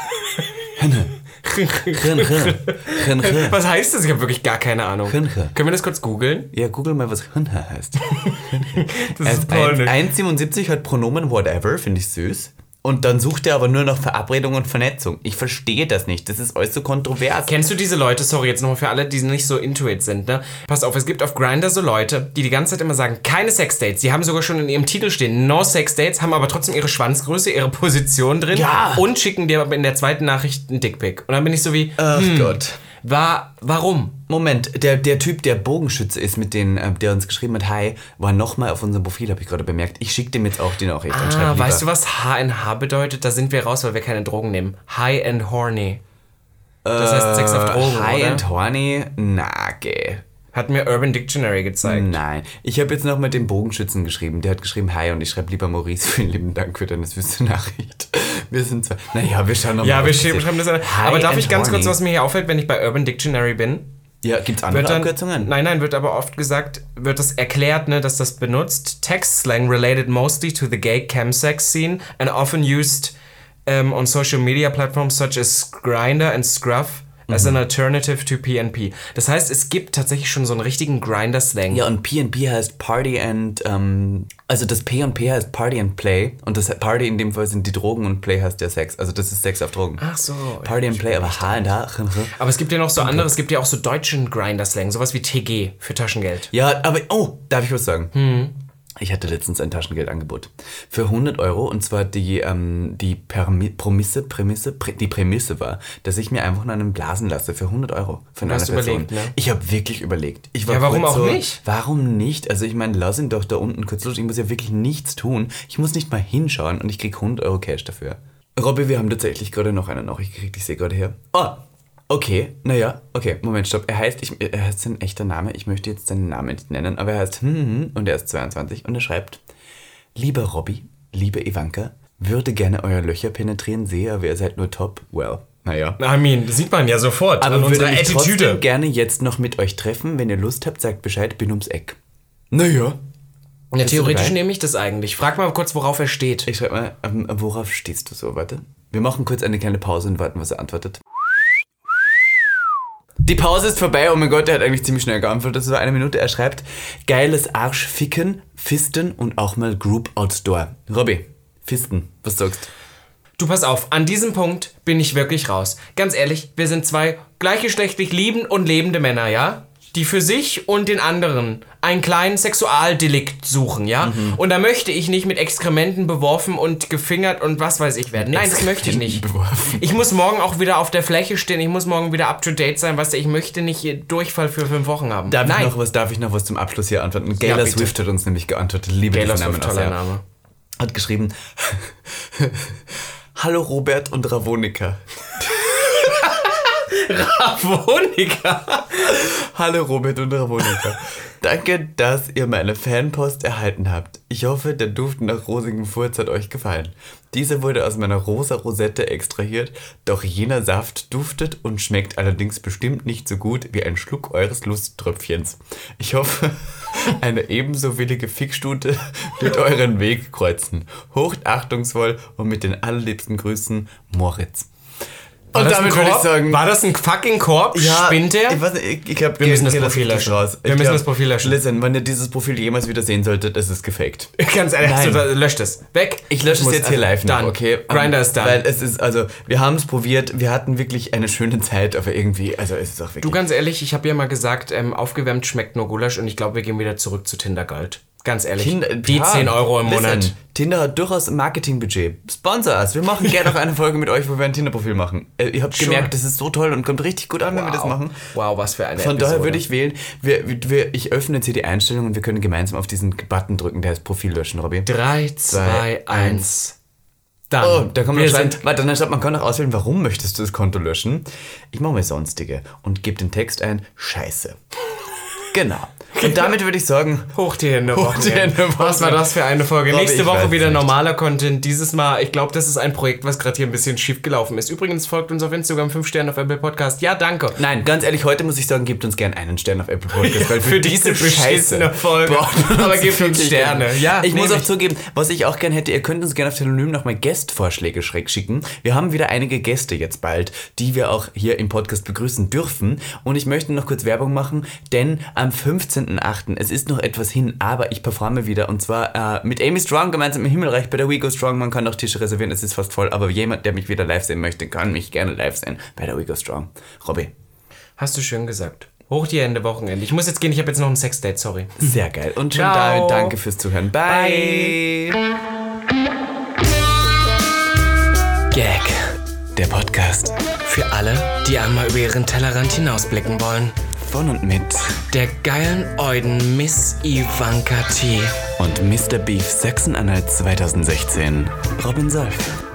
S2: Henne, Henne,
S1: [laughs]
S2: Henne.
S1: Was heißt das? Ich habe wirklich gar keine Ahnung.
S2: Hünche.
S1: Können wir das kurz googeln?
S2: Ja, google mal, was Henne heißt.
S1: Das ne?
S2: Er ist ein- 1,77 hat Pronomen whatever, finde ich süß. Und dann sucht er aber nur nach Verabredung und Vernetzung. Ich verstehe das nicht. Das ist äußerst kontrovers.
S1: Kennst du diese Leute, sorry, jetzt nochmal für alle, die nicht so intuit sind, ne? Pass auf, es gibt auf Grindr so Leute, die die ganze Zeit immer sagen, keine Sexdates. Die haben sogar schon in ihrem Titel stehen, no Sexdates, haben aber trotzdem ihre Schwanzgröße, ihre Position drin
S2: Ja.
S1: und schicken dir in der zweiten Nachricht einen Dickpick. Und dann bin ich so wie,
S2: Ach Gott.
S1: war, warum?
S2: Moment, der, der Typ, der Bogenschütze ist, mit den, äh, der uns geschrieben hat, hi, war nochmal auf unserem Profil, habe ich gerade bemerkt. Ich schicke dem jetzt auch die Nachricht. dann schreib
S1: Ah,
S2: lieber.
S1: weißt du, was HNH bedeutet? Da sind wir raus, weil wir keine Drogen nehmen. High and horny. Das heißt Sex auf Drogen,
S2: High
S1: oder?
S2: and horny? Äh, Na, geh.
S1: Hat mir Urban Dictionary gezeigt.
S2: Nein. Ich habe jetzt noch mit dem Bogenschützen geschrieben. Der hat geschrieben, hi, und ich schreibe lieber Maurice, vielen lieben Dank für deine süße Nachricht. Wir sind zwar. Naja, wir schauen nochmal.
S1: Ja, wir schreiben schreiben das an. Aber darf ich ganz kurz, was mir hier auffällt, wenn ich bei Urban Dictionary bin?
S2: Ja, gibt's andere
S1: Wird dann-
S2: Abkürzungen?
S1: Nein, nein, wird aber oft gesagt, wird das erklärt, ne, dass das benutzt. Text-Slang related mostly to the gay chemsex scene and often used um, on social media platforms such as Grindr and Scruff as an alternative to PNP. Das heißt, es gibt tatsächlich schon so einen richtigen Grindr-Slang.
S2: Ja, und P&P heißt Party and, ähm, also das P und P heißt Party and Play und das Party in dem Fall sind die Drogen und Play heißt ja Sex. Also das ist Sex auf Drogen.
S1: Ach so.
S2: Party and Play, aber H und H.
S1: Aber es gibt ja noch so andere, es gibt ja auch so deutschen Grindr-Slang, sowas wie TG für Taschengeld.
S2: Ja, aber, oh, darf ich was sagen?
S1: Hm.
S2: Ich hatte letztens ein Taschengeldangebot für 100 Euro und zwar die, ähm, die Permi Promisse, Prämisse, Prä die Prämisse war, dass ich mir einfach nur einen blasen lasse für 100 Euro von einer
S1: hast
S2: Person.
S1: überlegt, ne?
S2: Ich habe wirklich überlegt. Ich war
S1: Ja, warum
S2: kurz
S1: auch
S2: so,
S1: nicht?
S2: Warum nicht? Also ich meine, lass ihn doch da unten kurz los. Ich muss ja wirklich nichts tun. Ich muss nicht mal hinschauen und ich krieg 100 Euro Cash dafür. Robby, wir haben tatsächlich gerade noch eine Nachricht gekriegt. Ich sehe gerade her. Oh, okay. Naja, okay. Moment, stopp. Er heißt, ich, er heißt sein echter Name. Ich möchte jetzt seinen Namen nicht nennen, aber er heißt hm, hm, und er ist 22 und er schreibt, lieber Robby, liebe Ivanka, würde gerne euer Löcher penetrieren, sehe, aber ihr seid nur top. Well, naja.
S1: I mean, das sieht man ja sofort
S2: Aber
S1: an
S2: würde
S1: unserer
S2: mich
S1: Attitüde.
S2: trotzdem gerne jetzt noch mit euch treffen. Wenn ihr Lust habt, sagt Bescheid, bin ums Eck. Naja.
S1: Ja, theoretisch
S2: dabei?
S1: nehme ich das eigentlich. Frag mal kurz, worauf er steht.
S2: Ich schreibe mal, ähm, worauf stehst du so? Warte. Wir machen kurz eine kleine Pause und warten, was er antwortet. Die Pause ist vorbei. Oh mein Gott, er hat eigentlich ziemlich schnell geantwortet. Das war eine Minute. Er schreibt, geiles Arschficken, Fisten und auch mal Group Outdoor. Robby, Fisten, was sagst
S1: Du pass auf, an diesem Punkt bin ich wirklich raus. Ganz ehrlich, wir sind zwei gleichgeschlechtlich lieben und lebende Männer, ja? Die für sich und den anderen einen kleinen Sexualdelikt suchen, ja?
S2: Mhm.
S1: Und da möchte ich nicht mit Exkrementen beworfen und gefingert und was weiß ich werden. Nein, das möchte ich nicht.
S2: beworfen.
S1: Ich muss morgen auch wieder auf der Fläche stehen, ich muss morgen wieder up to date sein, weißt du, ich möchte nicht hier Durchfall für fünf Wochen haben.
S2: Darf
S1: Nein.
S2: ich noch was, darf ich noch was zum Abschluss hier antworten? Gaylor
S1: bitte.
S2: Swift hat uns nämlich geantwortet. Liebe
S1: Taylor
S2: diesen
S1: Swift,
S2: Namen
S1: toller
S2: aus, ja.
S1: Name. [laughs]
S2: Hat geschrieben, [laughs] Hallo Robert und Ravonika.
S1: Wonika.
S2: Hallo Robert und Ramonika. Danke, dass ihr meine Fanpost erhalten habt. Ich hoffe, der Duft nach rosigem Furz hat euch gefallen. Diese wurde aus meiner rosa Rosette extrahiert, doch jener Saft duftet und schmeckt allerdings bestimmt nicht so gut wie ein Schluck eures Lusttröpfchens. Ich hoffe, [laughs] eine ebenso willige Fickstute wird euren Weg kreuzen. Hochachtungsvoll und mit den allerliebsten Grüßen, Moritz. Und
S1: War das ein Korb? War das ein fucking Korb? Spinnt der?
S2: Ich weiß nicht, ich, ich hab,
S1: Wir müssen das Profil löschen.
S2: Raus.
S1: Wir
S2: Ich
S1: müssen das Profil löschen.
S2: Listen, wenn ihr dieses Profil jemals wieder sehen solltet, ist es gefaked.
S1: [laughs] Ganz ehrlich,
S2: Nein.
S1: so, löscht es. Weg.
S2: Ich lösche es
S1: muss- also
S2: jetzt hier live noch,
S1: done.
S2: okay? Ähm,
S1: Grinder ist done.
S2: Weil es ist, also, wir haben es probiert, wir hatten wirklich eine schöne Zeit, aber irgendwie, also es ist auch wirklich...
S1: Du ganz ehrlich, ich habe ja mal gesagt, ähm, aufgewärmt schmeckt nur Gulasch und ich glaube, wir gehen wieder zurück zu Tinder Gold. Ganz ehrlich.
S2: Kinder-
S1: die
S2: ja,
S1: 10 Euro im
S2: listen,
S1: Monat.
S2: Tinder hat durchaus ein Marketingbudget. Sponsor us. Wir machen gerne auch eine Folge mit euch, wo wir ein Tinder-Profil machen. Äh, ihr habt
S1: Sure.
S2: gemerkt, das ist so toll und kommt richtig gut an, wenn wir das machen.
S1: Wow, was für eine
S2: Von
S1: Episode.
S2: daher würde ich wählen, wir, wir, ich öffne jetzt hier die Einstellung und wir können gemeinsam auf diesen Button drücken, der heißt Profil löschen, Robby.
S1: 3, 2, 1. Dann.
S2: Oh, da kann man
S1: wir
S2: schreiben.
S1: sind
S2: Warte, dann stopp, man kann auch auswählen, warum möchtest du das Konto löschen? Ich mache mal sonstige und gebe den Text ein, scheiße. Genau. Und damit würde ich sagen,
S1: hoch die Hände.
S2: Hoch die
S1: Wochenende.
S2: Hände,
S1: Was war das für eine Folge?
S2: Robby,
S1: Nächste
S2: ich
S1: Woche
S2: weiß
S1: wieder
S2: nicht.
S1: normaler Content. Dieses Mal, ich glaube, das ist ein Projekt, was gerade hier ein bisschen schief gelaufen ist. Übrigens folgt uns auf Instagram 5 Sterne auf Apple Podcast. Ja, danke.
S2: nein, ganz ehrlich, heute muss ich sagen, gebt uns gern einen Stern auf Apple Podcast,
S1: [laughs]
S2: weil
S1: für diese beschissene Folge. [laughs]
S2: [laughs]
S1: Aber
S2: Aber
S1: gebt
S2: gebt
S1: uns
S2: uns Sterne.
S1: Sterne. Ja,
S2: ich muss
S1: nehm
S2: auch
S1: ich.
S2: zugeben, was ich auch gern hätte, ihr könnt uns gerne auf Telonym nochmal Gastvorschläge schräg schicken. Wir haben wieder einige Gäste jetzt bald, die wir auch hier im Podcast begrüßen dürfen. Und ich möchte noch kurz Werbung machen, denn am 15.8., es ist noch etwas hin, aber ich performe wieder und zwar äh, mit Amy Strong gemeinsam im Himmelreich bei der We Go Strong. Man kann noch Tische reservieren, es ist fast voll, aber jemand, der mich wieder live sehen möchte, kann mich gerne live sehen bei der We Go Strong. Robby.
S1: Hast du schön gesagt. Hoch die Hände, Wochenende. Ich muss jetzt gehen, ich habe jetzt noch ein Sexdate, sorry.
S2: Sehr geil. Und schon
S1: Ciao.
S2: damit danke fürs Zuhören. Bye.
S1: Gag.
S2: Der Podcast
S1: Für alle, die einmal über ihren Tellerrand hinausblicken wollen.
S2: von und mit
S1: Der geilen Euden Miss Ivanka T.
S2: und Mr. Beef Sachsen-Anhalt 2016. Robin Solf.